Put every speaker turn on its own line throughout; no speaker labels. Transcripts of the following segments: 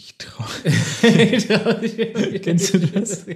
Kennst du das?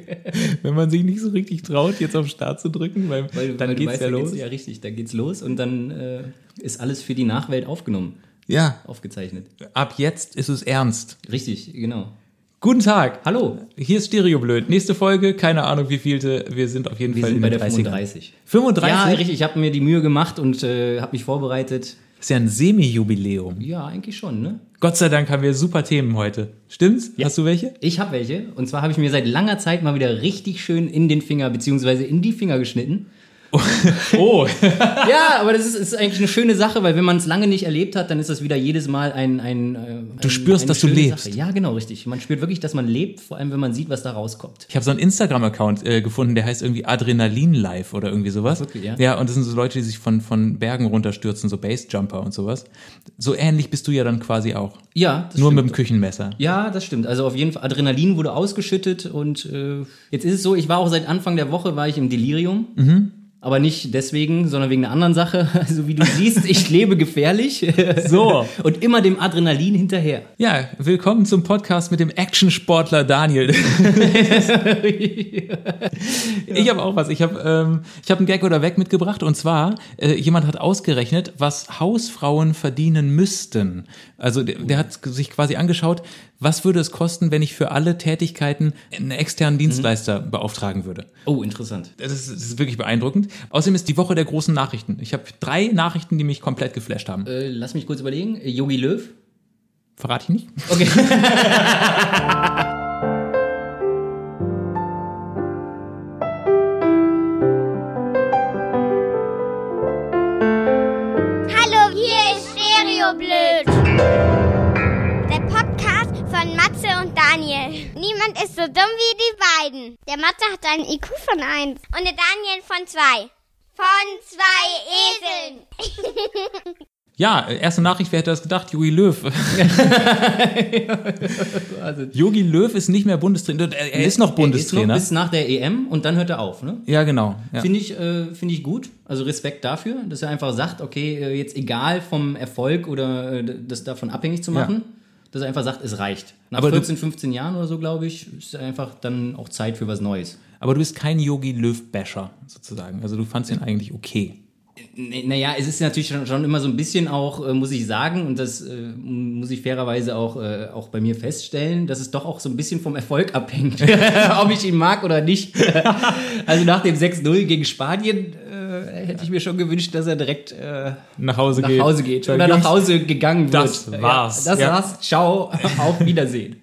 Wenn man sich nicht so richtig traut, jetzt auf Start zu drücken, weil,
Weil,
dann
weil
geht's
du weißt,
ja
da
los.
Geht's, ja, richtig, da geht's los und dann äh, ist alles für die Nachwelt aufgenommen,
ja,
aufgezeichnet.
ab jetzt ist es ernst.
Richtig, genau.
Guten Tag.
Hallo,
Hier ist Stereo blöd. Nächste Folge, keine Ahnung wie vielte. Wir sind auf jeden
wir
Fall
sind
in
bei
den
der
30ern.
35.
35?
Ja, richtig, ich habe mir die Mühe gemacht und äh, habe mich vorbereitet.
Ist ja ein Semi-Jubiläum.
Ja, eigentlich schon, ne?
Gott sei Dank haben wir super Themen heute. Stimmt's?
Ja.
Hast du welche?
Ich habe welche und zwar habe ich mir seit langer Zeit mal wieder richtig schön in den Finger beziehungsweise in die Finger geschnitten.
Oh,
Ja, aber das ist, ist eigentlich eine schöne Sache, weil wenn man es lange nicht erlebt hat, dann ist das wieder jedes Mal ein. ein, äh, ein
Du spürst,
eine
dass du
schöne
lebst.
Sache. Ja, genau, richtig. Man spürt wirklich, dass man lebt, vor allem wenn man sieht, was da rauskommt.
Ich habe so einen Instagram-Account äh, gefunden, der heißt irgendwie Adrenalin Live oder irgendwie sowas.
wirklich, ja?
ja, und das sind so Leute, die sich von, von Bergen runterstürzen, so Basejumper und sowas. So ähnlich bist du ja dann quasi auch.
Ja, das
Nur
stimmt.
mit dem Küchenmesser.
Ja, das stimmt. Also auf jeden Fall, Adrenalin wurde ausgeschüttet und äh, jetzt ist es so, ich war auch seit Anfang der Woche, war ich im Delirium. Aber nicht deswegen, sondern wegen einer anderen Sache. Also wie du siehst, ich lebe gefährlich.
So.
Und immer dem Adrenalin hinterher.
Ja, willkommen zum Podcast mit dem Action-Sportler Daniel. Ich habe auch was. Ich habe ähm, ich hab einen Gag oder Weg mitgebracht. Und zwar, äh, jemand hat ausgerechnet, was Hausfrauen verdienen müssten. Also der, der hat sich quasi angeschaut, was würde es kosten, wenn ich für alle Tätigkeiten einen externen Dienstleister beauftragen würde.
Oh, interessant.
Das ist, das ist wirklich beeindruckend. Außerdem ist die Woche der großen Nachrichten. Ich habe drei Nachrichten, die mich komplett geflasht haben.
Äh, lass mich kurz überlegen. Äh, Yogi Löw?
Verrate ich nicht?
Okay.
Hallo, hier ist Stereoblöd. Der Podcast von Matze und Daniel. Niemand ist so dumm wie die beiden. Der Matze hat einen IQ von 1 und der Daniel von 2. Von zwei Eseln.
Ja, äh, erste Nachricht, wer hätte das gedacht? Jogi Löw. Jogi Löw ist nicht mehr Bundestrainer. Er, er Also, ist noch Bundestrainer.
Er ist noch bis nach der EM und dann hört er auf, ne?
ja, genau. Ja.
Finde ich, äh, finde ich gut. Also Respekt dafür, dass er einfach sagt, okay, äh, jetzt egal vom Erfolg oder äh, das davon abhängig zu machen, dass er einfach sagt, es reicht. Nach
Aber du-
14, 15 Jahren oder so, glaube ich, ist einfach dann auch Zeit für was Neues.
Aber du bist kein Jogi Löw-Basher, sozusagen. Also du fandst ihn eigentlich okay.
N- Naja, es ist natürlich schon, schon immer so ein bisschen auch, äh, muss ich sagen, und das äh, muss ich fairerweise auch, äh, auch bei mir feststellen, dass es doch auch so ein bisschen vom Erfolg abhängt, ob ich ihn mag oder nicht. also nach dem 6-0 gegen Spanien äh, hätte ich mir schon gewünscht, dass er direkt äh,
Nach Hause
nach Hause geht oder nach Hause gegangen wird.
Das war's,
Ja, das
ja.
war's. Ciao, auf Wiedersehen.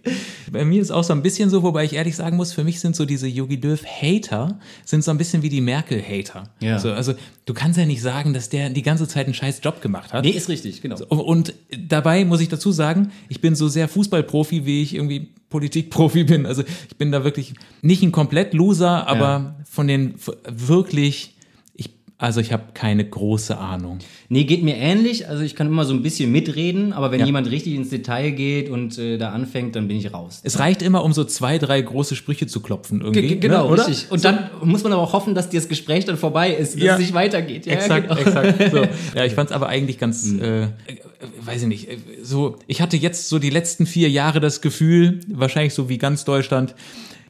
Bei mir ist auch so ein bisschen so, wobei ich ehrlich sagen muss, für mich sind so diese Jogi Löw-Hater, sind so ein bisschen wie die Merkel-Hater.
Ja.
So, also du kannst ja nicht sagen, dass der die ganze Zeit einen scheiß Job gemacht hat.
Nee, ist richtig, genau.
Und dabei muss ich dazu sagen, ich bin so sehr Fußballprofi, wie ich irgendwie Politikprofi bin. Also ich bin da wirklich nicht ein komplett Loser, aber
Ja.
von den f- wirklich, ich, also ich habe keine große Ahnung.
Nee, geht mir ähnlich. Also ich kann immer so ein bisschen mitreden, aber wenn
Ja.
jemand richtig ins Detail geht und äh, da anfängt, dann bin ich raus.
Es reicht immer, um so zwei, drei große Sprüche zu klopfen irgendwie.
Ge- Genau,
ne, oder?
richtig. Und dann muss man aber auch hoffen, dass das Gespräch dann vorbei ist, dass
Ja.
es nicht weitergeht. Ja,
Exakt,
genau. Mhm.
exakt. So. Ja, ich fand's aber eigentlich ganz, äh, äh, weiß ich nicht, äh, so, ich hatte jetzt so die letzten vier Jahre das Gefühl, wahrscheinlich so wie ganz Deutschland,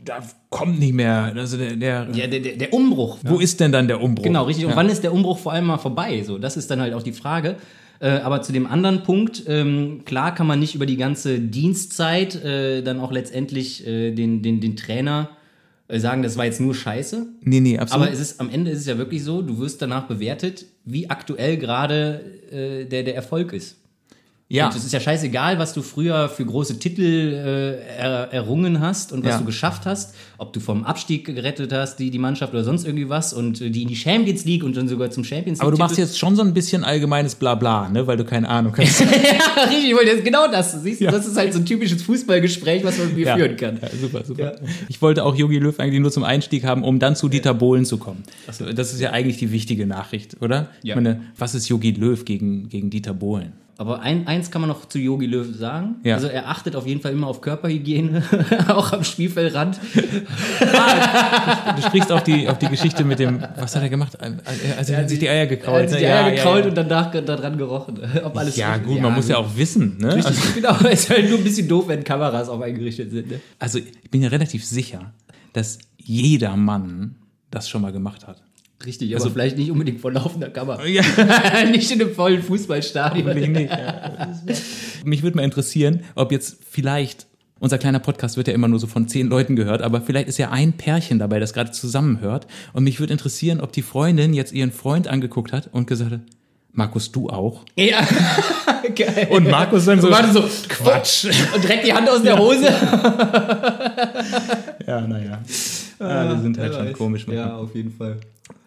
da kommt nicht mehr, also der, der
Ja, der, der, der Umbruch.
Wo ist denn dann der Umbruch?
Genau, richtig. Und
Ja.
wann ist der Umbruch vor allem mal vorbei? So, das ist dann halt auch die Frage. Äh, aber zu dem anderen Punkt, ähm, klar kann man nicht über die ganze Dienstzeit äh, dann auch letztendlich äh, den, den, den Trainer äh, sagen, das war jetzt nur Scheiße.
Nee, nee, absolut.
Aber es ist, am Ende ist es ja wirklich so, du wirst danach bewertet, wie aktuell gerade äh, der, der Erfolg ist.
ja.
Und es ist ja scheißegal, was du früher für große Titel äh, er, errungen hast und was
Ja.
du geschafft hast, ob du vom Abstieg gerettet hast, die, die Mannschaft oder sonst irgendwie was und äh, die in die Champions League und dann sogar zum Champions League.
aber du machst jetzt schon so ein bisschen allgemeines Blabla, ne? Weil du keine Ahnung hast.
ja, richtig, ich wollte jetzt genau das. Siehst du,
Ja.
das ist halt so ein typisches Fußballgespräch, was man mit mir
Ja.
führen kann.
Ja, super, super. Ich wollte auch Jogi Löw eigentlich nur zum Einstieg haben, um dann zu Dieter Bohlen zu kommen. Das ist ja eigentlich die wichtige Nachricht, oder? Ich
Ja.
meine, was ist Jogi Löw gegen, gegen Dieter Bohlen?
Aber ein, eins kann man noch zu Yogi Löw sagen.
Ja.
Also er achtet auf jeden Fall immer auf Körperhygiene, auch am Spielfeldrand.
Du sprichst auf die, auf die Geschichte mit dem, was hat er gemacht? Also er hat sich die Eier
Er
gekrault.
hat sich
ne?
die
Ja,
Eier
ja,
gekrault
ja.
und danach daran gerochen, ob alles
Ja, gut, man muss ja auch wissen. Ne? Also-
Richtig, genau. Es ist halt nur ein bisschen doof, wenn Kameras auf eingerichtet sind. Ne?
Also ich bin ja relativ sicher, dass jeder Mann das schon mal gemacht hat.
Richtig, also vielleicht nicht unbedingt vor laufender Kamera.
Ja.
nicht in einem vollen Fußballstadion.
Mich würde mal interessieren, ob jetzt vielleicht, unser kleiner Podcast wird ja immer nur so von zehn Leuten gehört, aber vielleicht ist ja ein Pärchen dabei, das gerade zusammenhört. Und mich würde interessieren, ob die Freundin jetzt ihren Freund angeguckt hat und gesagt hat, Markus, du auch?
Ja. Geil.
Und Markus dann so,
Warte so,
Quatsch.
und direkt die Hand aus der Hose.
Ja, naja. Ja, wir sind halt
Ah, Wer
schon
weiß.
komisch. manchmal.
Ja, auf jeden Fall.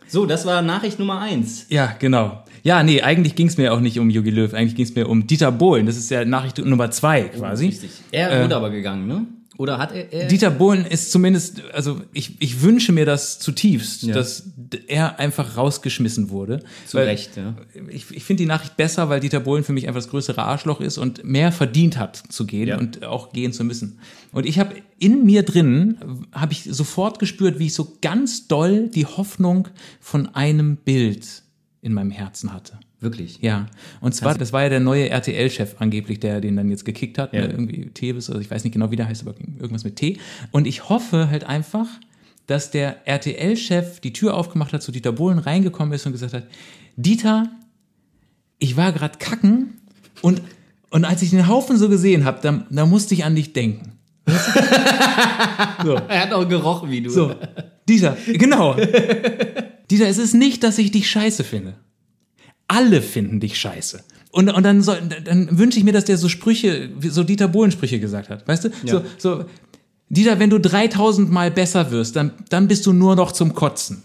So, das war Nachricht Nummer eins.
Ja, genau. Ja, nee, eigentlich ging's mir auch nicht um Jogi Löw, eigentlich ging's mir um Dieter Bohlen. Das ist ja Nachricht Nummer zwei quasi.
Er
Äh.
wurde aber gegangen, ne? Oder hat er. er
Dieter Bohlen ist zumindest, also ich, ich wünsche mir das zutiefst,
Ja.
dass d- er einfach rausgeschmissen wurde.
zu
Weil
Recht, ja.
Ich, ich finde die Nachricht besser, weil Dieter Bohlen für mich einfach das größere Arschloch ist und mehr verdient hat zu gehen
Ja.
und auch gehen zu müssen. Und ich habe in mir drin, habe ich sofort gespürt, wie ich so ganz doll die Hoffnung von einem Bild in meinem Herzen hatte.
Wirklich.
Ja, und zwar, das war ja der neue RTL-Chef angeblich, der den dann jetzt gekickt hat, ne? irgendwie Thebes, also ich weiß nicht genau, wie der heißt, aber irgendwas mit T. Und ich hoffe halt einfach, dass der RTL-Chef die Tür aufgemacht hat, zu Dieter Bohlen reingekommen ist und gesagt hat, Dieter, ich war gerade kacken und, und als ich den Haufen so gesehen habe, da, da musste ich an dich denken.
Er hat auch gerochen wie du.
So, Dieter, genau. Dieter, es ist nicht, dass ich dich scheiße finde. Alle finden dich scheiße. Und, und dann, soll, dann wünsche ich mir, dass der so Sprüche, wie- so Dieter Bohlen-Sprüche gesagt hat. Weißt du? So, so, Dieter, wenn du 3000 Mal besser wirst, dann, dann bist du nur noch zum Kotzen.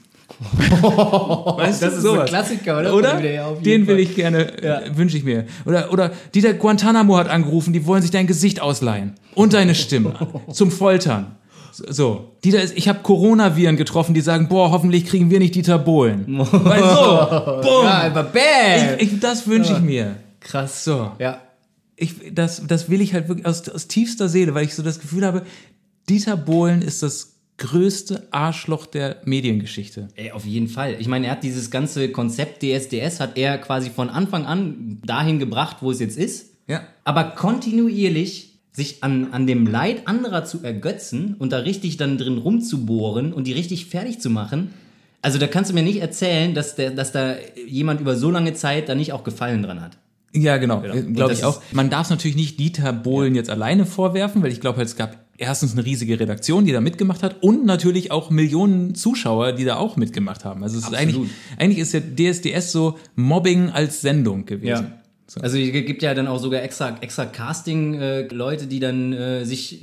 weißt
das ist ein Klassiker, oder?
oder?
Kommt wieder, ja, auf jeden
Den will
Fall.
ich gerne, äh, wünsche ich mir. Oder, oder Dieter Guantanamo hat angerufen, die wollen sich dein Gesicht ausleihen und deine Stimme zum Foltern. So, Dieter, ist- ich habe Coronaviren getroffen, die sagen, boah, hoffentlich kriegen wir nicht Dieter Bohlen. Weil so, bumm.
Ja, aber bam!
Ich, ich, das wünsche ich mir.
Krass.
So,
Ja.
ich, das, das will ich halt wirklich aus, aus tiefster Seele, weil ich so das Gefühl habe, Dieter Bohlen ist das größte Arschloch der Mediengeschichte.
Ey, auf jeden Fall. Ich meine, er hat dieses ganze Konzept DSDS, hat er quasi von Anfang an dahin gebracht, wo es jetzt ist.
Ja.
Aber kontinuierlich sich an, an dem Leid anderer zu ergötzen und da richtig dann drin rumzubohren und die richtig fertig zu machen. Also da kannst du mir nicht erzählen, dass, der, dass da jemand über so lange Zeit da nicht auch Gefallen dran hat.
Ja, genau.
Und
Glaube
das
ich auch. Man darf es natürlich nicht Dieter Bohlen jetzt alleine vorwerfen, weil ich glaube, halt, es gab erstens eine riesige Redaktion, die da mitgemacht hat und natürlich auch Millionen Zuschauer, die da auch mitgemacht haben. Also es ist
Absolut.
eigentlich, eigentlich ist ja DSDS so Mobbing als Sendung gewesen.
Ja. Also es gibt ja dann auch sogar extra, extra Casting-Leute, die dann äh, sich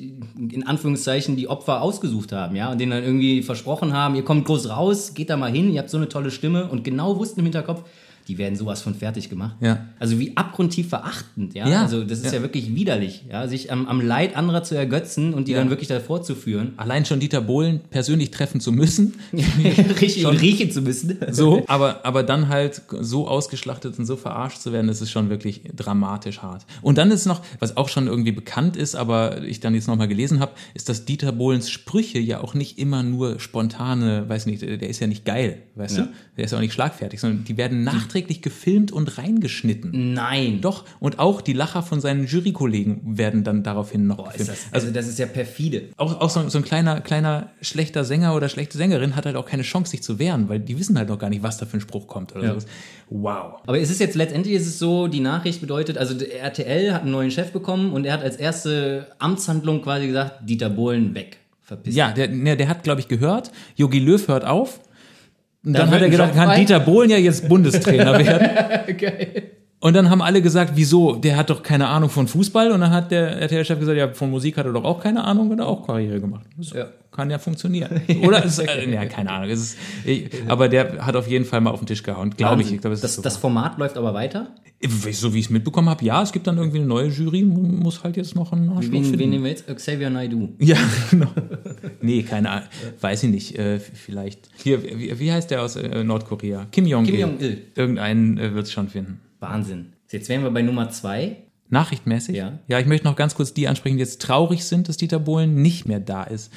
in Anführungszeichen die Opfer ausgesucht haben, ja, und denen dann irgendwie versprochen haben, ihr kommt groß raus, geht da mal hin, ihr habt so eine tolle Stimme und genau wussten im Hinterkopf, die werden sowas von fertig gemacht.
Ja.
Also wie abgrundtief verachtend, ja.
Ja.
Also das ist ja, wirklich widerlich, ja, sich am, am Leid anderer zu ergötzen und die dann wirklich davor zu führen,
Allein schon Dieter Bohlen persönlich treffen zu müssen,
richtig und riechen zu müssen.
so, aber, aber dann halt so ausgeschlachtet und so verarscht zu werden, das ist schon wirklich dramatisch hart. Und dann ist noch, was auch schon irgendwie bekannt ist, aber ich dann jetzt nochmal gelesen habe, ist, dass Dieter Bohlens Sprüche ja auch nicht immer nur spontane, weiß nicht, der ist ja nicht geil, weißt du? Der ist ja auch nicht schlagfertig, sondern die werden nachträglich gefilmt und reingeschnitten.
Mhm. Nein.
Doch, und auch die Lacher von seinen Jurykollegen werden dann daraufhin noch
Ist
gefilmt.
das, also das ist ja perfide.
Auch, auch so, ein- so ein kleiner, kleiner schlechter Sänger oder schlechte Sängerin hat halt auch keine Chance, sich zu wehren, weil die wissen halt noch gar nicht, was da für ein Spruch kommt oder sowas. Wow.
Aber es ist jetzt letztendlich ist es so, die Nachricht bedeutet, also der RTL hat einen neuen Chef bekommen und er hat als erste Amtshandlung quasi gesagt, Dieter Bohlen weg. Verpiss.
Ja, der, ne, der hat, glaube ich, gehört, Jogi Löw hört auf. Und dann,
Dann
hat
wird
er
ein
gedacht,
Job
kann
frei.
Dieter Bohlen ja jetzt Bundestrainer werden. Und dann haben alle gesagt, wieso, der hat doch keine Ahnung von Fußball. Und dann hat der RTL-Chef gesagt, ja, von Musik hat er doch auch keine Ahnung und hat auch Karriere gemacht. Das
Ja.
kann ja funktionieren. Oder? Es, äh, ja, keine Ahnung. Es ist, ich, aber der hat auf jeden Fall mal auf den Tisch gehauen, glaube ich. ich glaub, es ist
das,
so.
das Format läuft aber weiter.
Äh, So wie ich es mitbekommen habe, ja, es gibt dann irgendwie eine neue Jury, mu- muss halt jetzt noch einen Arschloch
Wen, wen
finden.
nehmen wir jetzt? Xavier Naidoo.
Ja, genau. nee, keine Ahnung. Weiß ich nicht. Äh, f- vielleicht. Hier, wie, wie heißt der aus äh, Nordkorea? Kim Jong-il.
Kim Jong-il.
Irgendeinen äh, wird es schon finden.
Wahnsinn. Ist Jetzt wären wir bei Nummer zwei.
Nachrichtmäßig?
Ja.
ja, ich möchte noch ganz kurz die ansprechen, die jetzt traurig sind, dass Dieter Bohlen nicht mehr da ist.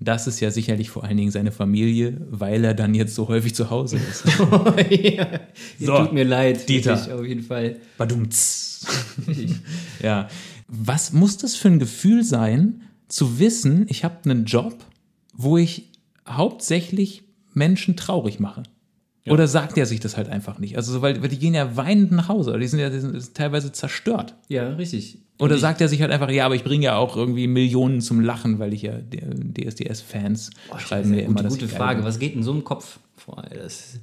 Das ist ja sicherlich vor allen Dingen seine Familie, weil er dann jetzt so häufig zu Hause ist.
ja. Ihr
So,
Tut mir leid,
Dieter.
wirklich, auf jeden Fall.
Badumts. ja. Was muss das für ein Gefühl sein, zu wissen, ich habe einen Job, wo ich hauptsächlich Menschen traurig mache? Oder sagt er sich das halt einfach nicht? Also, so, weil, weil die gehen ja weinend nach Hause, oder die sind ja die sind teilweise zerstört.
Ja, richtig.
Oder sagt er sich halt einfach, ja, aber ich bringe ja auch irgendwie Millionen zum Lachen, weil ich ja DSDS-Fans schreiben mir
Gute,
immer, dass
gute
ich geil
Frage.
bin.
Was geht in so einem Kopf vor? Das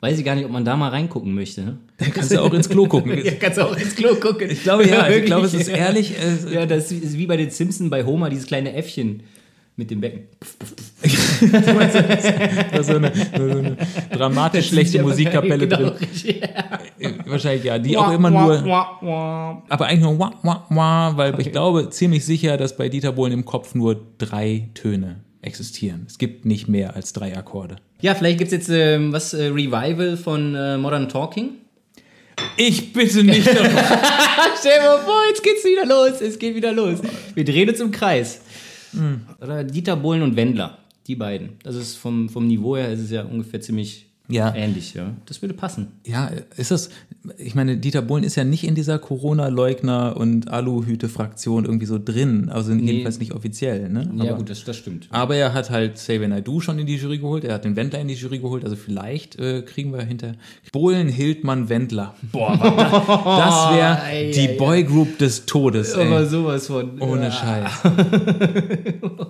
weiß ich gar nicht, ob man da mal reingucken möchte. Ne?
Da kannst du auch ins Klo gucken. Ich
kannst auch ins Klo gucken. Ich
glaube, ja, ich glaube, es ist ehrlich. äh,
Ja, das ist wie bei den Simpsons bei Homer, dieses kleine Äffchen mit dem Becken.
Da so eine, so eine dramatisch schlechte Musikkapelle
genau.
drin. Äh, Wahrscheinlich ja, die auch immer nur, aber eigentlich nur wah, wah, wah, weil ich glaube ziemlich sicher, dass bei Dieter Bohlen im Kopf nur drei Töne existieren. Es gibt nicht mehr als drei Akkorde.
Ja, vielleicht gibt es jetzt ähm, was äh, Revival von äh, Modern Talking.
Ich bitte nicht.
Stell dir mal vor, jetzt geht's wieder los, es geht wieder los. Mhm. Wir drehen uns im Kreis. Oder Dieter Bohlen und Wendler, die beiden. Das ist vom, vom Niveau her, ist es ja ungefähr ziemlich
Ja.
ähnlich. Ja. Das würde passen.
Ja, ist das, ich meine, Dieter Bohlen ist ja nicht in dieser Corona-Leugner- und Aluhüte-Fraktion irgendwie so drin, also jedenfalls nicht offiziell, ne?
ja
aber,
gut, das, das stimmt.
aber er hat halt Save and I Do schon in die Jury geholt, er hat den Wendler in die Jury geholt, also vielleicht äh, kriegen wir hinter Bohlen, Hildmann, Wendler. Boah, was da, das wäre die Boygroup des Todes, ey.
Aber sowas von. äh,
Ohne Scheiß. oh Gott.
Oh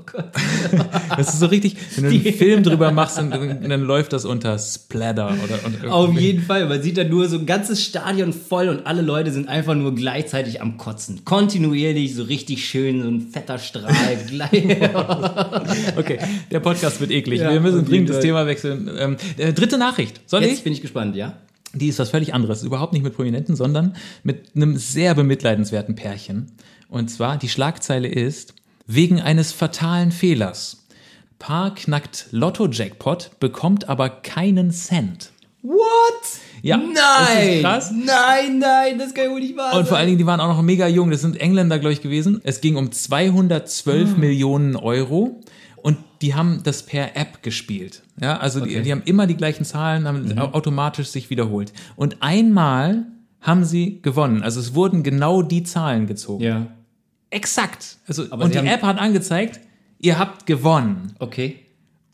Das ist so richtig, wenn du einen Film drüber machst, dann, dann dann läuft das unter Splatter oder und
Auf jeden Fall, man sieht da nur so ein ganzes Stadion voll und alle Leute sind einfach nur gleichzeitig am Kotzen. Kontinuierlich, so richtig schön, so ein fetter Strahl. gleich.
Okay, der Podcast wird eklig.
Ja,
Wir müssen
auf
dringend
jeden
das
Fall.
Thema wechseln. Ähm, äh, dritte Nachricht. Soll
Jetzt
ich?
bin ich gespannt, ja?
Die ist was völlig anderes. Überhaupt nicht mit Prominenten, sondern mit einem sehr bemitleidenswerten Pärchen. Und zwar, die Schlagzeile ist, wegen eines fatalen Fehlers. Paar knackt Lotto-Jackpot, bekommt aber keinen Cent.
What?
Ja,
Nein!
das ist krass.
Nein, nein, das kann ja wohl nicht wahr
Und vor
sein.
allen Dingen, die waren auch noch mega jung. Das sind Engländer, glaube ich, gewesen. Es ging um
Hm.
212 Millionen Euro. Und die haben das per App gespielt. Ja, also die, die haben immer die gleichen Zahlen, haben
Mhm.
au- automatisch sich wiederholt. Und einmal haben sie gewonnen. Also es wurden genau die Zahlen gezogen.
Ja,
Exakt. Also,
Aber
und
sie
die
haben-
App hat angezeigt, ihr habt gewonnen.
okay.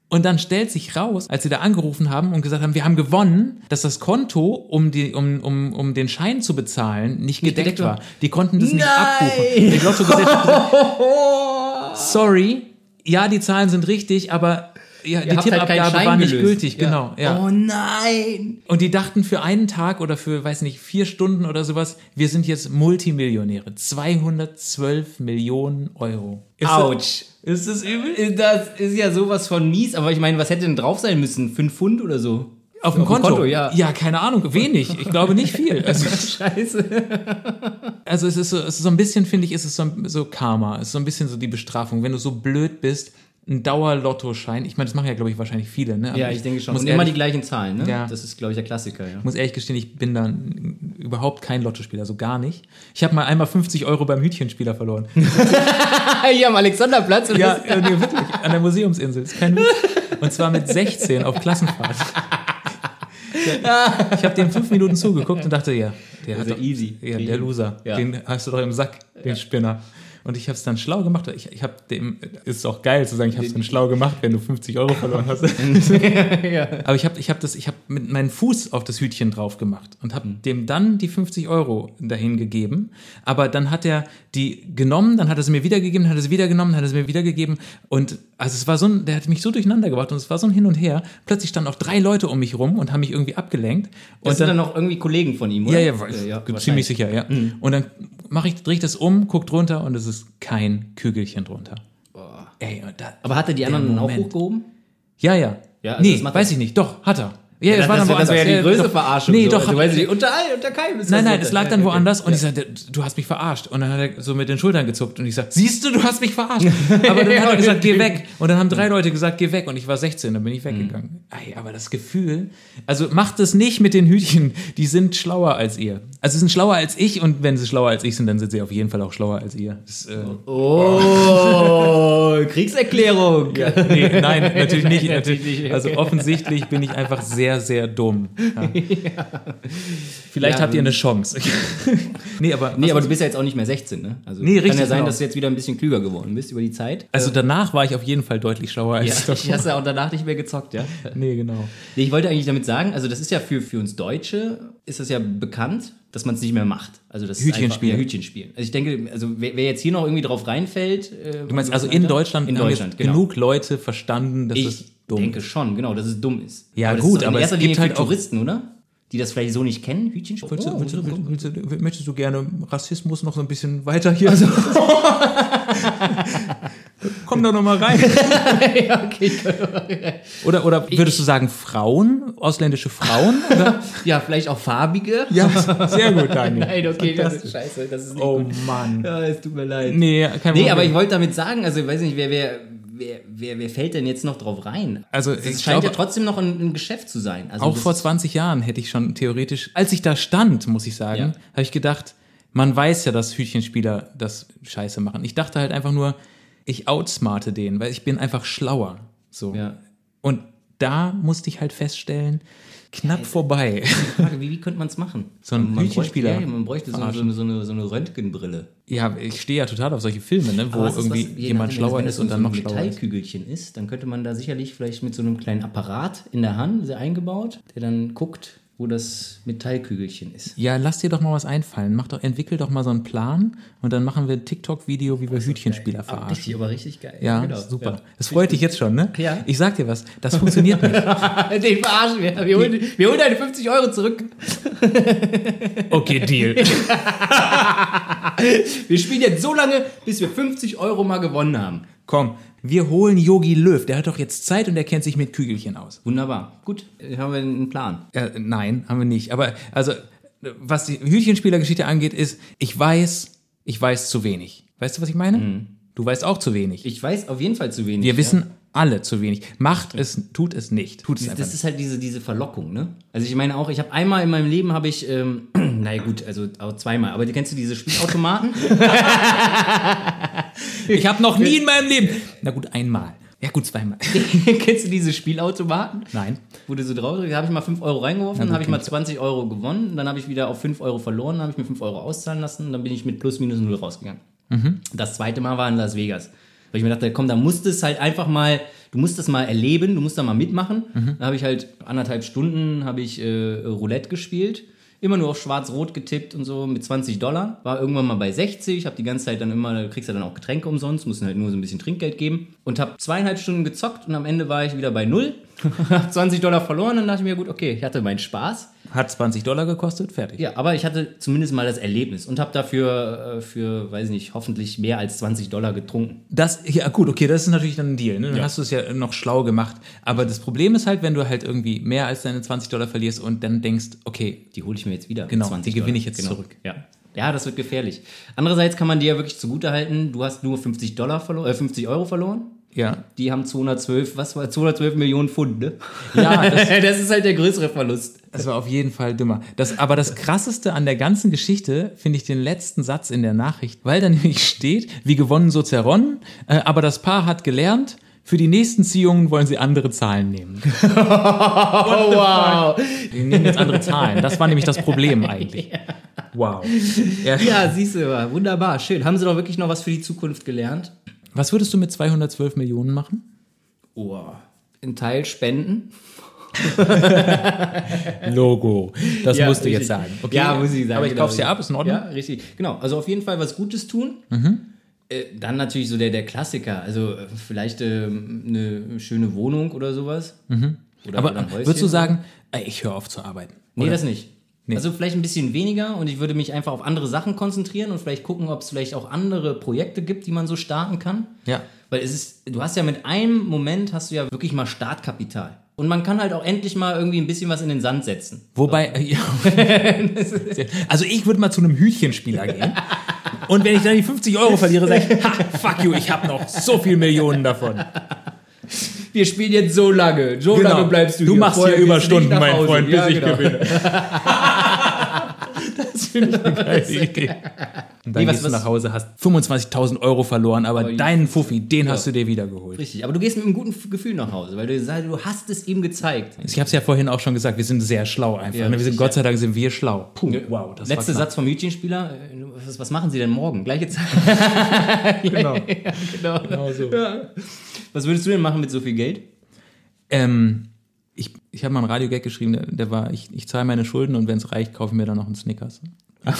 Und dann stellt sich raus, als sie da angerufen haben und gesagt haben, wir haben gewonnen, dass das Konto, um, die, um, um, um den Schein zu bezahlen, nicht gedeckt,
gedeckt
war. Die konnten das nicht
Nein!
abbuchen. Die Lottogesellschaft hat gesagt, sorry, ja, die Zahlen sind richtig, aber ja, die
habt halt keinen
Tippabgabe
Schein
war nicht
gelöst.
gültig,
Ja.
genau. Ja.
Oh nein!
Und die dachten für einen Tag oder für, weiß nicht, vier Stunden oder sowas, wir sind jetzt Multimillionäre. 212 Millionen Euro. Ist das-
Autsch.
Ist das übel?
Das ist ja sowas von mies, aber ich meine, was hätte denn drauf sein müssen? Fünf Pfund oder so?
Auf dem
Auf dem
Konto.
Konto, ja.
ja, keine Ahnung, wenig. Ich glaube nicht viel. Also,
Scheiße.
also es, ist so, es ist so ein bisschen, finde ich, ist es so, so Karma. Es ist so ein bisschen so die Bestrafung. Wenn du so blöd bist, ein Dauerlottoschein. Ich meine, das machen ja, glaube ich, wahrscheinlich viele. Ne? Aber
Ja, ich denke schon.
Muss
Muss immer die
ehrlich,
gleichen Zahlen, ne?
Ja.
Das ist, glaube ich, der Klassiker, ja.
muss ehrlich gestehen, ich bin dann überhaupt kein Lottospieler, so gar nicht. Ich habe mal einmal 50 Euro beim Hütchenspieler verloren.
Hier am Alexanderplatz. Oder
Ja, äh, nee, wirklich, an der Museumsinsel. Ist kein Witz. Und zwar mit 16 auf Klassenfahrt. Ja, Ich habe dem fünf Minuten zugeguckt und dachte, ja, der hat
Also
doch,
easy.
Ja, der Loser,
Ja.
den hast du doch im Sack, den Spinner. Und ich habe es dann schlau gemacht. Ich, ich habe dem, ist auch geil zu sagen, ich habe es dann schlau gemacht, wenn du 50 Euro verloren hast. Aber ich habe ich hab das, ich habe mit meinem Fuß auf das Hütchen drauf gemacht und habe
Hm.
dem dann die 50 Euro dahin gegeben. Aber dann hat er die genommen, dann hat er sie mir wiedergegeben, dann hat er sie wiedergenommen, dann hat er sie mir wiedergegeben. Und also es war so ein, der hat mich so durcheinander gebracht und es war so ein Hin und Her. Plötzlich standen auch drei Leute um mich rum und haben mich irgendwie abgelenkt.
Das
Und
sind
dann,
dann noch irgendwie Kollegen von ihm, oder? Äh,
ja, ja, ziemlich sicher, ja.
Mhm.
Und dann mache ich, drehe ich das um, guck drunter und es ist kein Kügelchen drunter. Ey, und da,
Aber hat er die anderen
Der
auch
Moment.
hochgehoben?
ja, ja.
Ja, also
nee,
das macht
weiß
er-
ich nicht. Doch, hat er. Ja, das, war dann
das,
woanders.
das wäre ja die
Ja,
größte
doch.
Verarschung.
Nee,
so. Also,
doch,
Du
hab-
weißt nicht, unter Ei, unter Keim. ist
Nein,
das
nein,
so.
es lag dann
Okay.
woanders und ich sagte, du hast mich verarscht. Und dann hat er so mit den Schultern gezuckt und ich sagte, siehst du, du hast mich verarscht. Aber dann hat er gesagt, geh weg. Und dann haben drei Leute gesagt, geh weg. Und ich war 16, dann bin ich weggegangen.
Mhm.
Ei, aber das Gefühl, also macht es nicht mit den Hütchen, die sind schlauer als ihr. Also sie sind schlauer als ich und wenn sie schlauer als ich sind, dann sind sie auf jeden Fall auch schlauer als ihr. Das, äh,
Oh, Kriegserklärung.
nee, nein, natürlich
Nein,
nicht.
natürlich
natürlich
nicht.
nicht. Also offensichtlich bin ich einfach sehr, sehr dumm. Ja. Vielleicht
Ja, also
habt ihr eine Chance. nee, aber,
Nee,
was-
aber du bist ja jetzt auch nicht mehr 16, ne? Also
Nee,
kann ja
richtig,
sein,
genau.
dass du jetzt wieder ein bisschen klüger geworden bist über die Zeit.
Also danach war ich auf jeden Fall deutlich schlauer
Äh, ja,
als
ich hast ja auch danach nicht mehr gezockt, ja?
Nee, genau.
Nee, ich wollte eigentlich damit sagen, also das ist ja für, für uns Deutsche, ist das ja bekannt, dass man es nicht mehr macht. Also das
Hütchen
ist einfach,
spielen.
Ja, Hütchen spielen. Also ich denke, also wer, wer jetzt hier noch irgendwie drauf reinfällt. Äh,
Du meinst also in Deutschland,
In
haben
Deutschland,
jetzt
genau.
genug Leute verstanden, dass es
Ich
dumm
denke
ist.
schon, genau, dass es dumm ist.
Ja,
das
gut,
ist doch in
aber es
erster
gibt
Linie für
halt auch-
Touristen, oder? Die das vielleicht so nicht kennen, Hütchen spielen.
Willst du,
Oh,
willst, du, willst, du, willst du, möchtest du gerne Rassismus noch so ein bisschen weiter hier?
Also-
Komm doch noch mal rein.
ja, okay.
Oder, oder würdest du sagen Frauen, ausländische Frauen? Oder?
ja, vielleicht auch farbige.
ja, sehr gut, Daniel.
Nein, okay, das ist scheiße, das ist nicht
Oh
gut.
Mann.
Ja, es tut mir leid.
Nee, kein
Nee,
Problem.
aber ich wollte damit sagen, also ich weiß nicht, wer, wer, wer, wer, wer fällt denn jetzt noch drauf rein?
Also,
es
ich
scheint
glaube-
ja trotzdem noch ein, ein Geschäft zu sein. Also
Auch
das
vor
ist-
20 Jahren hätte ich schon theoretisch, als ich da stand, muss ich sagen,
Ja.
habe ich gedacht, man weiß ja, dass Hütchenspieler das scheiße machen. Ich dachte halt einfach nur, ich outsmarte den, weil ich bin einfach schlauer. So.
Ja.
Und da musste ich halt feststellen, knapp vorbei.
Frage, wie, wie könnte man es machen?
So ein
man
Hütchenspieler
Bräuchte, ja, man bräuchte so, so, eine- so, eine, so eine Röntgenbrille.
ja, ich stehe ja total auf solche Filme, ne, wo
Aber was ist,
irgendwie
was- je
jemand
nachdem, wenn das-
schlauer
wenn das
ist und dann
so
noch
ein
schlauer ist.
Metallkügelchen ist, dann könnte man da sicherlich vielleicht mit so einem kleinen Apparat in der Hand sehr eingebaut, der dann guckt, wo das Metallkügelchen ist.
Ja, lass dir doch mal was einfallen. Mach doch, entwickel doch mal so einen Plan und dann machen wir ein TikTok-Video, wie wir Hütchenspieler verarschen.
Richtig, aber richtig geil.
Ja,
Genau,
super.
ja.
Das freut dich jetzt schon, ne?
Ja.
Ich sag dir was, das funktioniert nicht.
Den verarschen wir. Wir holen, wir holen deine 50 Euro zurück.
Okay, Deal.
Wir spielen jetzt so lange, bis wir 50 Euro mal gewonnen haben.
Komm, wir holen Yogi Löw. Der hat doch jetzt Zeit und er kennt sich mit Kügelchen aus.
Wunderbar. Gut, äh, haben wir einen Plan.
Äh, nein, haben wir nicht. Aber also, äh, was die Hütchenspielergeschichte angeht, ist, ich weiß, ich weiß zu wenig. Weißt du, was ich meine? Du weißt auch zu wenig.
Ich weiß auf jeden Fall zu wenig.
Wir
Mhm. ja.
wissen alle zu wenig. Macht es, tut es nicht. Tut es einfach
Das
nicht.
ist halt diese, diese Verlockung, ne? Also ich meine auch, ich habe einmal in meinem Leben habe ich, ähm, naja gut, also auch zweimal, aber kennst du diese Spielautomaten?
Ich habe noch nie in meinem Leben. Na gut, einmal. Ja gut, zweimal.
kennst du diese Spielautomaten?
Nein.
Wo du so drauf drückst, da habe ich mal 5 Euro reingeworfen, dann habe ich mal 20 Euro gewonnen, dann habe ich wieder auf 5 Euro verloren, dann habe ich mir 5 Euro auszahlen lassen, dann bin ich mit plus minus null rausgegangen. Das zweite Mal war in Las Vegas. Weil ich mir dachte, komm, da musst du es halt einfach mal, du musst das mal erleben, du musst da mal mitmachen. Da habe ich halt anderthalb Stunden habe ich äh, Roulette gespielt. Immer nur auf schwarz-rot getippt und so mit 20 Dollar. War irgendwann mal bei 60, habe die ganze Zeit dann immer, du kriegst ja dann auch Getränke umsonst, musst halt nur so ein bisschen Trinkgeld geben. Und habe zweieinhalb Stunden gezockt und am Ende war ich wieder bei null. hab 20 Dollar verloren und dachte mir, gut, okay, ich hatte meinen Spaß.
Hat 20 Dollar gekostet, fertig.
Ja, aber ich hatte zumindest mal das Erlebnis und habe dafür, äh, für, weiß nicht, hoffentlich mehr als 20 Dollar getrunken.
Das, ja gut, okay, das ist natürlich dann ein Deal. Ne? Dann hast du es ja noch schlau gemacht. Aber das Problem ist halt, wenn du halt irgendwie mehr als deine 20 Dollar verlierst und dann denkst, okay,
Die hole ich mir jetzt wieder. mit
Genau,
20
die gewinne
Dollar. Genau.
ich jetzt zurück.
Ja. ja, das wird gefährlich. Andererseits kann man dir ja wirklich zugutehalten, du hast nur 50, Dollar verloren, äh, 50 Euro verloren.
ja,
Die haben 212, was war 212 Millionen Pfund, ne?
Ja,
das, ist halt der größere Verlust.
das war auf jeden Fall dümmer. Das, aber das Krasseste an der ganzen Geschichte finde ich den letzten Satz in der Nachricht, weil da nämlich steht, wie gewonnen so zerronnen, äh, aber das Paar hat gelernt, für die nächsten Ziehungen wollen sie andere Zahlen nehmen.
Oh, wow.
Die nehmen jetzt andere Zahlen. Das war nämlich das Problem eigentlich. Wow. Ja.
Ja, siehst du mal, wunderbar, schön. Haben sie doch wirklich noch was für die Zukunft gelernt?
Was würdest du mit 212 Millionen machen?
Oh. Ein Teil spenden.
Logo. Das
Ja,
musst du
richtig.
jetzt sagen.
Ja, muss ich sagen.
Aber ich
genau.
kauf's dir ab, ist in Ordnung.
Ja, richtig. Genau. Also auf jeden Fall was Gutes tun. Äh, Dann natürlich so der, der Klassiker, also äh, vielleicht ähm, eine schöne Wohnung oder sowas. Oder,
Aber
oder ein
würdest du
Häuschen.
sagen, ey, ich höre auf zu arbeiten?
Nee,
Oder-
das nicht. Also vielleicht ein bisschen weniger und ich würde mich einfach auf andere Sachen konzentrieren und vielleicht gucken, ob es vielleicht auch andere Projekte gibt, die man so starten kann.
ja.
Weil es ist, du hast ja mit einem Moment hast du ja wirklich mal Startkapital. Und man kann halt auch endlich mal irgendwie ein bisschen was in den Sand setzen.
Wobei, äh, ja, also ich würde mal zu einem Hütchenspieler gehen. Und wenn ich dann die 50 Euro verliere, sage ich, ha, fuck you, ich habe noch so viel Millionen davon.
Wir spielen jetzt so lange. So
Genau.
lange bleibst du,
Du
hier.
machst
Vorher
hier
gehst du
Überstunden,
nicht nach
mein
Hause.
Freund, bis
Ja,
ich
genau.
gewinne. das finde ich eine geile Idee. Und dann
Nee, was-
gehst du
was- Oh,
nach Hause, hast 25.000 Euro verloren, aber
die-
deinen Fuffi, den hast du dir wiedergeholt.
Richtig, aber du gehst mit einem guten Gefühl nach Hause, weil du, sagst, du hast es ihm gezeigt.
Ich habe es ja vorhin auch schon gesagt, wir sind sehr schlau einfach.
Ja,
ne? wir
richtig,
sind, Gott sei Dank sind wir schlau. Puh, wow, das
Letzter
war
Satz vom Hütchenspieler. äh, Was, was machen Sie denn morgen? Gleiche Zeit.
Genau.
genau.
genau so.
Was würdest du denn machen mit so viel Geld?
Ähm, ich ich habe mal einen Radiogag geschrieben, der, der war, ich, ich zahle meine Schulden und wenn es reicht, kaufe ich mir dann noch einen Snickers.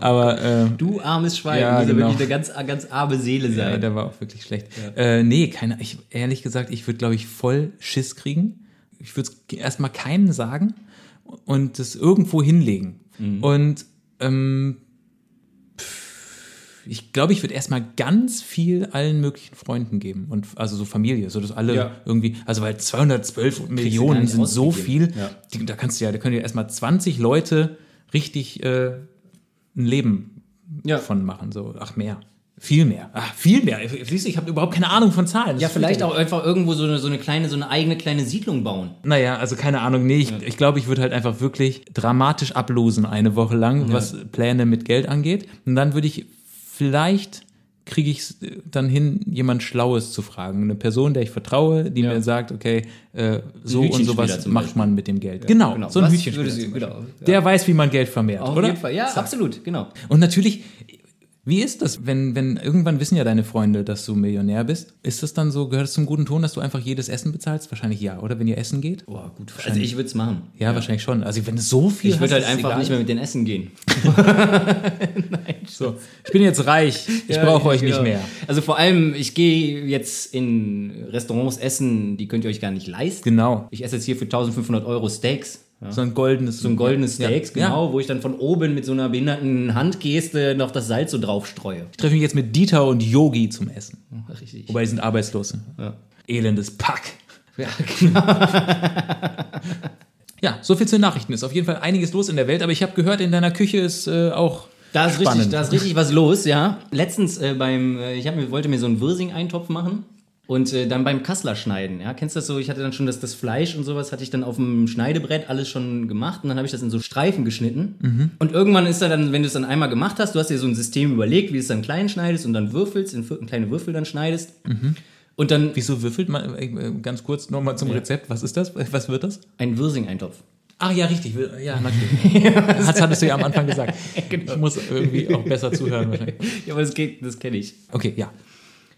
Aber ähm,
Du armes Schwein,
Ja,
ja, diese
genau.
wirklich eine ganz, äh, ganz arme Seele
ja,
sein.
der war auch wirklich schlecht. Äh, nee, keine, ich, ehrlich gesagt, ich würde, glaube ich, voll Schiss kriegen. Ich würde es erstmal keinem sagen und es irgendwo hinlegen.
Mhm.
Und ähm, pff, ich glaube, ich würde erstmal ganz viel allen möglichen Freunden geben und also so Familie, so dass alle
Ja.
irgendwie, also weil 212 Millionen
nicht
sind so
ausgegeben.
viel,
Ja.
die, da kannst du ja, da können ja erstmal 20 Leute richtig äh, ein Leben
Ja.
von machen. So, ach mehr. Viel mehr. Ach, viel mehr. Siehst du, ich habe überhaupt keine Ahnung von Zahlen. Das
ja,
ist
vielleicht
fürchterlich.
auch einfach irgendwo so eine, so eine kleine, so eine eigene kleine Siedlung bauen.
Naja, also keine Ahnung. Nee, ich glaube, ich, glaub, ich würde halt einfach wirklich dramatisch ablosen eine Woche lang, was Pläne mit Geld angeht. Und dann würde ich vielleicht kriege ich dann hin, jemand Schlaues zu fragen. Eine Person, der ich vertraue, die
Ja.
mir sagt, okay, äh, so und
Hütchenspieler
sowas
zum
macht
Beispiel.
man mit dem Geld. genau,
genau.
so ein
Was
Hütchenspieler.
würde sie-
zum Beispiel.
genau, ja.
Der weiß, wie man Geld vermehrt,
Auf
oder?
jeden Fall. Ja,
Zack.
absolut, genau.
Und natürlich, wie ist das, wenn, wenn irgendwann wissen ja deine Freunde, dass du Millionär bist? Ist das dann so, gehört es zum guten Ton, dass du einfach jedes Essen bezahlst? Wahrscheinlich ja, oder? Wenn ihr essen geht?
Boah, gut. Also ich würde es machen.
Ja, wahrscheinlich schon. Also wenn du so viel
Ich
hast,
würde halt
ist
einfach
egal.
nicht mehr mit den Essen gehen.
So, ich bin jetzt reich, ich
Ja,
brauche euch
genau.
nicht mehr.
Also vor allem, ich gehe jetzt in Restaurants essen, die könnt ihr euch gar nicht leisten.
Genau.
Ich esse jetzt hier für 1500 Euro Steaks. Ja.
So ein goldenes.
So ein goldenes
Ja.
Steaks,
Ja.
genau, wo ich dann von oben mit so einer behinderten Handgeste noch das Salz so drauf streue.
Ich treffe mich jetzt mit Dieter und Yogi zum Essen.
Richtig.
Wobei die sind Arbeitslose.
Ja. genau.
Elendes Pack. Ja, so viel zu den Nachrichten. Ist auf jeden Fall einiges los in der Welt, aber ich habe gehört, in deiner Küche ist äh, auch.
Da ist, richtig,
Spannend.
da ist richtig was los, ja. Letztens äh, beim, äh, ich hab, mir- wollte mir so einen Wirsing-Eintopf machen und äh, dann beim Kassler schneiden, ja. Kennst du das so? Ich hatte dann schon das, das Fleisch und sowas, hatte ich dann auf dem Schneidebrett alles schon gemacht und dann habe ich das in so Streifen geschnitten.
Mhm.
Und irgendwann ist da dann, wenn du es dann einmal gemacht hast, du hast dir so ein System überlegt, wie du es dann klein schneidest und dann würfelst, in, vier- in kleine Würfel dann schneidest.
Mhm.
Und dann
Wieso würfelt man? äh, äh, Ganz kurz nochmal zum Rezept. Was ist das? Was wird das?
ein Wirsing-Eintopf.
Ach ja, richtig. Wir- Ja, natürlich. das hattest du ja am Anfang gesagt. Ich muss irgendwie auch besser zuhören wahrscheinlich.
Ja, aber das, geht- das kenne ich.
Okay, ja.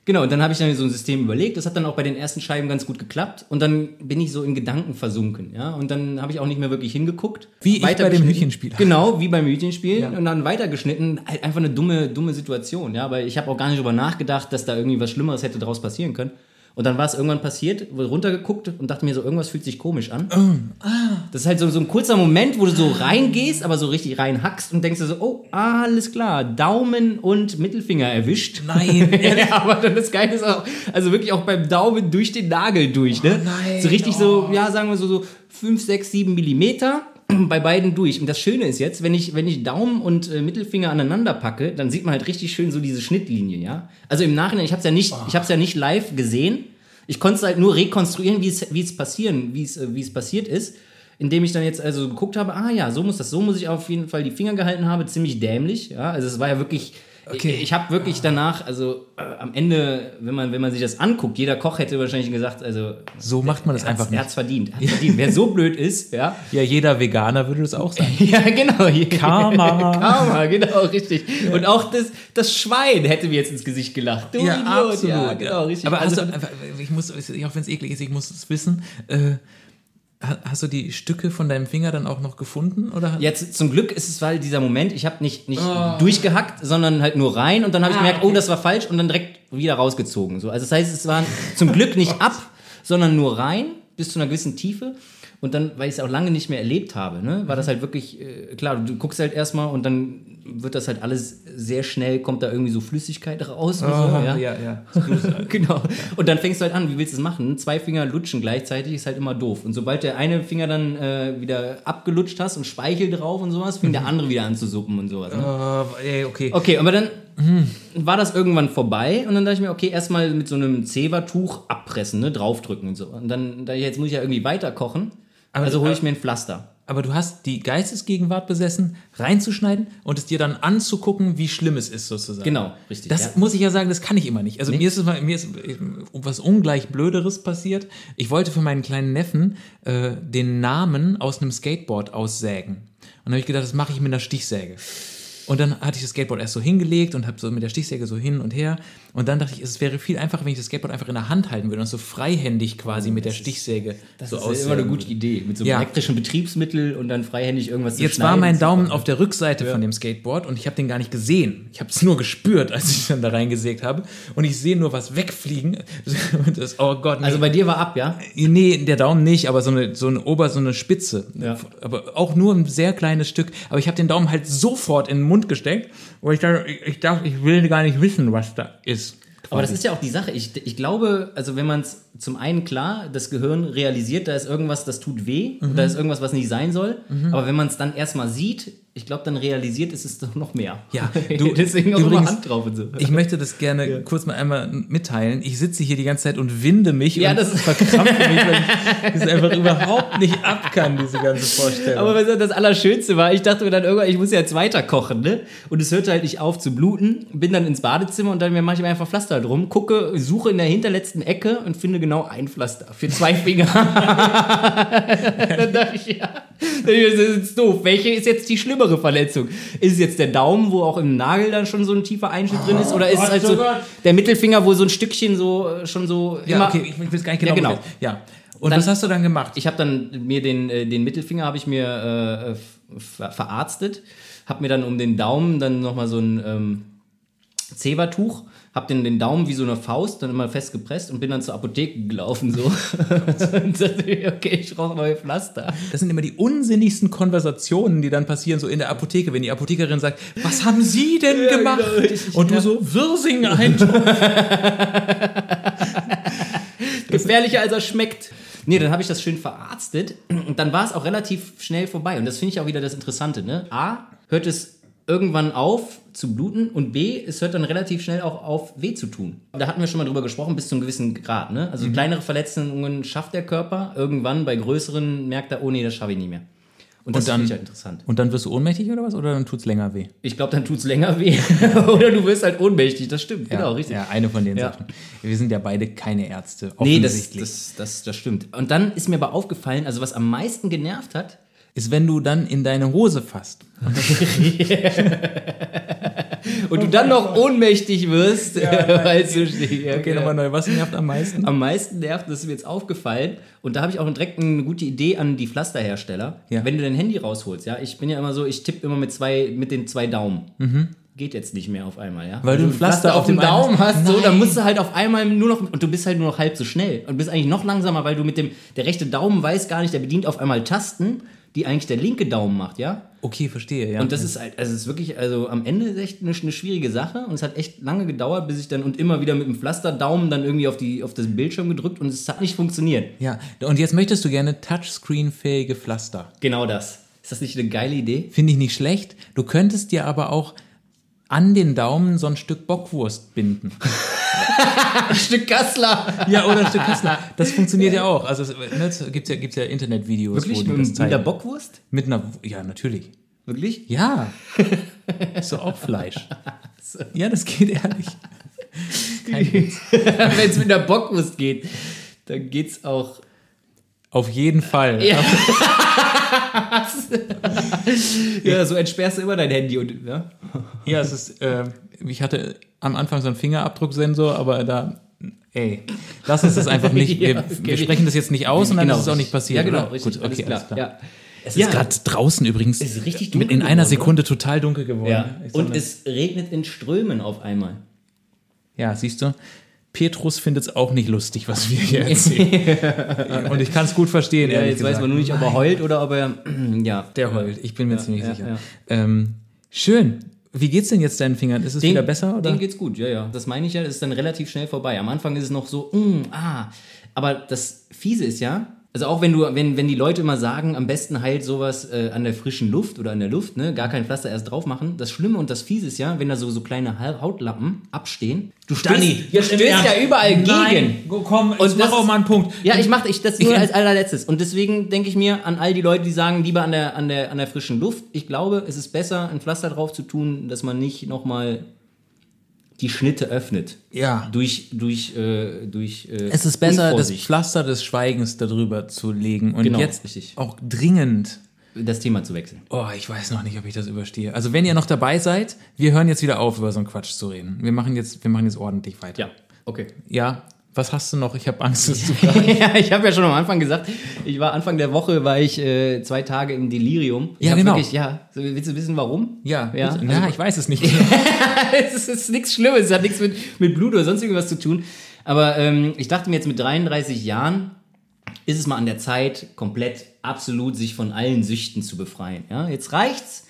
Genau, und dann habe ich dann so ein System überlegt. Das hat dann auch bei den ersten Scheiben ganz gut geklappt. Und dann bin ich so in Gedanken versunken. Ja? Und dann habe ich auch nicht mehr wirklich hingeguckt.
Wie ich bei dem
Weitergeschnitten.
Hütchenspiel.
Genau, wie beim Hütchenspiel.
Ja.
Und dann weitergeschnitten. Halt einfach eine dumme, dumme Situation. Ja? Weil ich habe auch gar nicht drüber nachgedacht, dass da irgendwie was Schlimmeres hätte daraus passieren können. Und dann war es irgendwann passiert, wurde runtergeguckt und dachte mir so, irgendwas fühlt sich komisch an. Das ist halt so, so ein kurzer Moment, wo du so reingehst, aber so richtig reinhackst und denkst dir so, oh, alles klar, Daumen und Mittelfinger erwischt.
Nein,
ja, aber dann das Geile ist auch, also wirklich auch beim Daumen durch den Nagel durch, ne?
Oh nein,
so richtig so, ja, sagen wir so, so 5, 6, 7 Millimeter bei beiden durch. Und das Schöne ist jetzt, wenn ich, wenn ich Daumen und äh, Mittelfinger aneinander packe, dann sieht man halt richtig schön so diese Schnittlinie, ja? Also im Nachhinein, ich hab's ja nicht, ich hab's ja nicht live gesehen. Ich konnte es halt nur rekonstruieren, wie es, wie es passieren, wie es, äh, wie es passiert ist. Indem ich dann jetzt also geguckt habe, ah ja, so muss das, so muss ich auf jeden Fall die Finger gehalten habe, ziemlich dämlich, ja? Also es war ja wirklich,
Okay.
ich, ich habe wirklich danach, also äh, am Ende, wenn man, wenn man sich das anguckt, jeder Koch hätte wahrscheinlich gesagt, also
So macht man das
er hat's-
einfach
er
nicht.
hat's verdient. Er Hat's verdient. Wer so blöd ist, ja.
Ja, jeder Veganer würde das auch sagen.
Ja, genau. hier-
Karma.
Karma, genau, richtig. Und auch das, das Schwein hätte mir jetzt ins Gesicht gelacht. Du Idiot, ja, genau, richtig.
Aber hast
Also-
du, einfach- ich muss, auch wenn es eklig ist, ich muss es wissen. Äh, ha- hast du die Stücke von deinem Finger dann auch noch gefunden? Oder?
Jetzt zum Glück ist es halt dieser Moment, ich habe nicht, nicht durchgehackt, sondern halt nur rein und dann habe ich gemerkt, oh, das war falsch und dann direkt wieder rausgezogen. So. Also das heißt, es waren zum Glück nicht ab, sondern nur rein. bis zu einer gewissen Tiefe. Und dann, weil ich es auch lange nicht mehr erlebt habe, ne, war das halt wirklich, äh, klar, du guckst halt erstmal und dann wird das halt alles sehr schnell, kommt da irgendwie so Flüssigkeit raus. und so, ja.
Also, ja.
genau. Und dann fängst du halt an, wie willst du es machen? Zwei Finger lutschen gleichzeitig ist halt immer doof. Und sobald der eine Finger dann äh, wieder abgelutscht hast und Speichel drauf und sowas,
Mhm.
fing der andere wieder an zu suppen und sowas. Ne?
Äh, ey, okay.
Okay, aber dann
Mhm.
war das irgendwann vorbei und dann dachte ich mir, okay, erstmal mit so einem Zewa-Tuch abpressen, ne, draufdrücken und so. Und dann, da jetzt muss ich ja irgendwie weiter kochen.
Aber-
also hole ich mir ein Pflaster.
Aber du hast die Geistesgegenwart besessen, reinzuschneiden und es dir dann anzugucken, wie schlimm es ist, sozusagen.
Genau, richtig,
Das
ja.
muss ich ja sagen, das kann ich immer nicht. Also mir ist es mal, mir ist äh, was ungleich Blöderes passiert. Ich wollte für meinen kleinen Neffen äh, den Namen aus einem Skateboard aussägen. Und dann habe ich gedacht, das mache ich mit einer Stichsäge. Und dann hatte ich das Skateboard erst so hingelegt und habe so mit der Stichsäge so hin und her. Und dann dachte ich, es wäre viel einfacher, wenn ich das Skateboard einfach in der Hand halten würde und so freihändig quasi mit der Stichsäge so
das ist ja immer eine
aussägen
gute Idee. Mit so einem
Ja.
elektrischen Betriebsmittel und dann freihändig irgendwas zu
Jetzt
schneiden.
war mein Daumen auf der Rückseite von dem Skateboard und ich habe den gar nicht gesehen. Ich habe es nur gespürt, als ich dann da reingesägt habe. Und ich sehe nur was wegfliegen. Und das, oh Gott, nee.
Also bei dir war ab, ja?
nee, der Daumen nicht, aber so eine, so eine Ober, so eine Spitze.
Ja.
Aber auch nur ein sehr kleines Stück. Aber ich habe den Daumen halt sofort in den Mund gesteckt, weil ich dachte, ich, ich, dachte, ich will gar nicht wissen, was da ist.
Aber das ist ja auch die Sache. Ich, ich glaube, also wenn man es zum einen klar, das Gehirn realisiert, da ist irgendwas, das tut weh, und
Mhm.
da ist irgendwas, was nicht sein soll. Aber wenn man es dann erstmal sieht, ich glaube, dann realisiert ist es doch noch mehr.
Ja,
du,
du,
deswegen auch
übrigens,
immer Hand drauf und so.
Ich möchte das gerne kurz mal einmal mitteilen. Ich sitze hier die ganze Zeit und winde mich
Ja,
und
das-
verkrampfe mich, weil ich das einfach überhaupt nicht ab kann, diese ganze Vorstellung.
Aber was das Allerschönste war, ich dachte mir dann irgendwann, ich muss ja jetzt weiter kochen, ne? Und es hörte halt nicht auf zu bluten. Bin dann ins Badezimmer und dann mache ich mir einfach Pflaster drum, gucke, suche in der hinterletzten Ecke und finde genau ein Pflaster für zwei Finger. dann dachte ich, ja. Das ist jetzt doof. Welche ist jetzt die schlimmere Verletzung? Ist es jetzt der Daumen, wo auch im Nagel dann schon so ein tiefer Einschnitt drin ist? Oder ist es
Gott,
halt
oh
so
Gott.
der Mittelfinger, wo so ein Stückchen so äh, schon so
ja,
immer-
okay, ich will es gar nicht
Ja,
genau.
genau.
bewerten. Ja. Und
Dann-
was hast du dann gemacht?
ich habe dann mir den, äh, den Mittelfinger habe ich mir äh, äh, ver verarztet, habe mir dann um den Daumen dann nochmal so ein ähm, Zebertuch, habe den, den Daumen wie so eine Faust dann immer festgepresst und bin dann zur Apotheke gelaufen so. und dachte mir, okay, ich brauche neue Pflaster.
Das sind immer die unsinnigsten Konversationen, die dann passieren, so in der Apotheke, wenn die Apothekerin sagt, was haben Sie denn
Ja,
gemacht?
genau, richtig,
und du
ja.
so, Wirsing ein.
Gefährlicher als er schmeckt. Nee, dann habe ich das schön verarztet und dann war es auch relativ schnell vorbei. Und das finde ich auch wieder das Interessante. Ne? A, hört es irgendwann auf zu bluten und B, es hört dann relativ schnell auch auf, weh zu tun. Da hatten wir schon mal drüber gesprochen, bis zu einem gewissen Grad. Ne? Also kleinere Verletzungen schafft der Körper, irgendwann bei größeren merkt er, oh nee, das schaffe ich nicht mehr. Und das
dann-
finde ich halt interessant.
Und dann wirst du ohnmächtig oder was? Oder dann tut's länger weh?
Ich glaube, dann tut es länger weh. Oder du wirst halt ohnmächtig, das stimmt, genau, richtig.
Ja, eine von den
Ja.
Sachen. Wir sind ja beide keine Ärzte.
Nee, das,
Offensichtlich.
das, das, das stimmt. Und dann ist mir aber aufgefallen, also was am meisten genervt hat,
ist, wenn du dann in deine Hose fasst.
und du dann noch ohnmächtig wirst, weil du stehst. Ja,
Okay,
genau.
nochmal neu. Was nervt am meisten?
Am meisten nervt, das ist mir jetzt aufgefallen, und da habe ich auch direkt eine gute Idee an die Pflasterhersteller.
Ja.
Wenn du dein Handy rausholst, ja, ich bin ja immer so, ich tippe immer mit zwei, mit den zwei Daumen. Geht jetzt nicht mehr auf einmal, ja.
Mhm.
Also
Weil du ein Pflaster auf
dem
dem einen
Daumen hast,
hast.
so, dann
Nein.
musst du halt auf einmal nur noch, und du bist halt nur noch halb so schnell und bist eigentlich noch langsamer, weil du mit dem, der rechte Daumen weiß gar nicht, der bedient auf einmal Tasten, die eigentlich der linke Daumen macht, ja.
Okay, verstehe, ja.
Und das ist halt, also es ist wirklich, also am Ende ist echt eine, eine schwierige Sache und es hat echt lange gedauert, bis ich dann und immer wieder mit dem Pflasterdaumen dann irgendwie auf, die, auf das Bildschirm gedrückt und es hat nicht funktioniert.
ja, und jetzt möchtest du gerne touchscreen-fähige Pflaster.
Genau das. Ist das nicht eine geile Idee?
Finde ich nicht schlecht. Du könntest dir aber auch an den Daumen so ein Stück Bockwurst binden.
Ein Stück Kassler!
Ja, oder ein Stück Kassler. Das funktioniert ja auch. Also es ne, es gibt ja, gibt's ja Internetvideos,
Wirklich?
wo die
Mit,
das
mit der
zeigen.
Bockwurst?
Mit einer, ja, natürlich.
Wirklich?
Ja. Ist doch auch Fleisch. Ja, das geht ehrlich. Kein Witz.
Wenn es mit der Bockwurst geht, dann geht's auch.
Auf jeden Fall.
Ja, so entsperrst du immer dein Handy und. Ja?
Ja, es ist, äh, ich hatte am Anfang so einen Fingerabdrucksensor, aber da, ey, lass uns das einfach nicht, wir,
Ja, das kenn
wir
ich.
sprechen das jetzt nicht aus und dann ist es auch nicht passiert.
Ja, genau,
oder?
richtig.
Gut, okay, alles klar.
Ja.
Es
Ja.
ist gerade draußen übrigens
Es ist richtig
mit
dunkel
in einer
geworden,
Sekunde total dunkel geworden.
Ja.
ne? Ich sag
Und
mal-
es regnet in Strömen auf einmal.
ja, siehst du, Petrus findet es auch nicht lustig, was wir hier erzählen. Und ich kann es gut verstehen,
Ja,
ehrlich
jetzt
gesagt.
weiß man nur nicht, ob er heult oder ob er, ja.
Der heult, ich bin mir ziemlich
ja,
sicher.
ja.
Ähm, schön. Wie geht's denn jetzt deinen Fingern? Ist es wieder besser? Oder?
Den geht's gut, ja, ja. Das meine ich ja, das ist dann relativ schnell vorbei. Am Anfang ist es noch so, mm, ah. Aber das Fiese ist ja, also auch wenn du, wenn, wenn die Leute immer sagen, am besten heilt sowas äh, an der frischen Luft oder an der Luft, ne, gar kein Pflaster erst drauf machen. Das Schlimme und das Fiese ist ja, wenn da so, so kleine Ha- Hautlappen abstehen. Du
Dani,
jetzt stößt ja überall gegen.
Nein, komm,
Und
jetzt mach
das-
auch mal einen Punkt.
Ja, ich mache ich das
Ich-
nur als allerletztes. Und deswegen denke ich mir an all die Leute, die sagen, lieber an der, an, der, an der frischen Luft. Ich glaube, es ist besser, ein Pflaster drauf zu tun, dass man nicht nochmal die Schnitte öffnet.
Ja.
Durch, durch, äh, durch. Äh,
Es ist besser, das
Unvorsicht,
Pflaster des Schweigens darüber zu legen und
Genau,
jetzt
richtig.
auch dringend.
das Thema zu wechseln.
Oh, ich weiß noch nicht, ob ich das überstehe. Also wenn ihr noch dabei seid, wir hören jetzt wieder auf, über so einen Quatsch zu reden. Wir machen jetzt, wir machen jetzt ordentlich weiter.
Ja, okay.
Ja. Was hast du noch? Ich habe Angst, es zu
ja, ich habe ja schon am Anfang gesagt, ich war Anfang der Woche, war ich äh, zwei Tage im Delirium. Ich
Ja,
hab
genau.
Wirklich, ja, so, willst du wissen, warum?
Ja,
ja. Also-
bitte. Na, ich weiß es nicht.
es ist, es ist nichts Schlimmes, es hat nichts mit, mit Blut oder sonst irgendwas zu tun. Aber ähm, ich dachte mir jetzt mit 33 Jahren ist es mal an der Zeit, komplett absolut sich von allen Süchten zu befreien. Ja? Jetzt reicht's.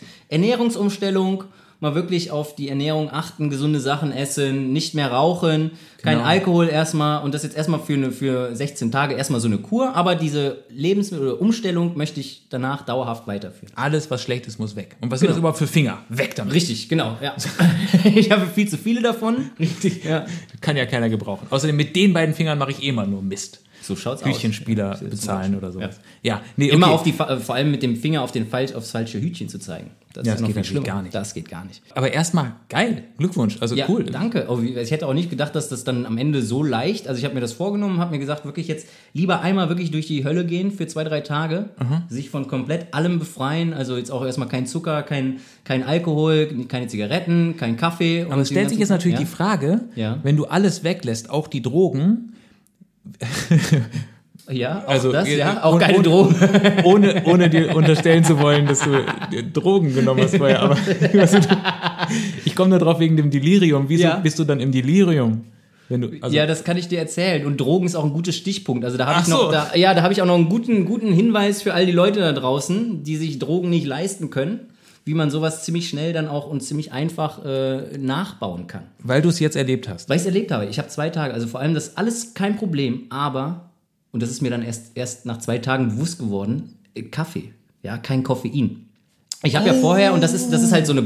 Ernährungsumstellung, mal wirklich auf die Ernährung achten, gesunde Sachen essen, nicht mehr rauchen, kein
Genau.
Alkohol erstmal und das jetzt erstmal für, eine, für 16 Tage erstmal so eine Kur, aber diese Lebensmittel- oder Umstellung möchte ich danach dauerhaft weiterführen.
Alles, was schlecht ist, muss weg. Und
Genau.
was sind das überhaupt für Finger? Weg damit.
Richtig, genau, ja. ich habe viel zu viele davon. Richtig, ja.
Kann ja keiner gebrauchen. Außerdem mit den beiden Fingern mache ich eh mal nur Mist.
So schaut's
Küchenspieler
aus.
bezahlen oder sowas. Ja, nee,
Immer
okay.
auf die, Fa- äh, vor allem mit dem Finger auf den falsch, aufs falsche Hütchen zu zeigen. Das
Ja, das
ist noch
geht
viel
natürlich
schlimmer.
gar nicht.
Das geht gar nicht.
Aber erstmal geil. Glückwunsch. Also
Ja,
cool.
Danke. Aber wie- Ich hätte auch nicht gedacht, dass das dann am Ende so leicht. Also ich habe mir das vorgenommen, habe mir gesagt, wirklich jetzt lieber einmal wirklich durch die Hölle gehen für zwei, drei Tage,
Mhm.
sich von komplett allem befreien. Also jetzt auch erstmal kein Zucker, kein, kein Alkohol, keine Zigaretten, kein Kaffee.
Aber es stellt sich jetzt natürlich
ja?
die Frage,
Ja.
wenn du alles weglässt, auch die Drogen,
Ja, auch
Also,
das,
äh,
ja. Auch
und-
keine
und-
Drogen.
ohne, ohne dir unterstellen zu wollen, dass du dir Drogen genommen hast vorher. Aber was du da- ich komme nur drauf wegen dem Delirium. Wieso
Ja.
bist du dann im Delirium? Wenn du, also,
ja, das kann ich dir erzählen. Und Drogen ist auch ein gutes Stichpunkt. Also da habe
Ach
ich noch,
so.
da, ja, da habe ich auch noch einen guten, guten Hinweis für all die Leute da draußen, die sich Drogen nicht leisten können, wie man sowas ziemlich schnell dann auch und ziemlich einfach äh, nachbauen kann.
weil du es jetzt erlebt hast.
Weil ich es erlebt habe. Ich habe zwei Tage, also vor allem das alles kein Problem, aber, und das ist mir dann erst, erst nach zwei Tagen bewusst geworden, äh, Kaffee. Ja, kein Koffein. Ich habe ja vorher, und das ist, das ist halt so eine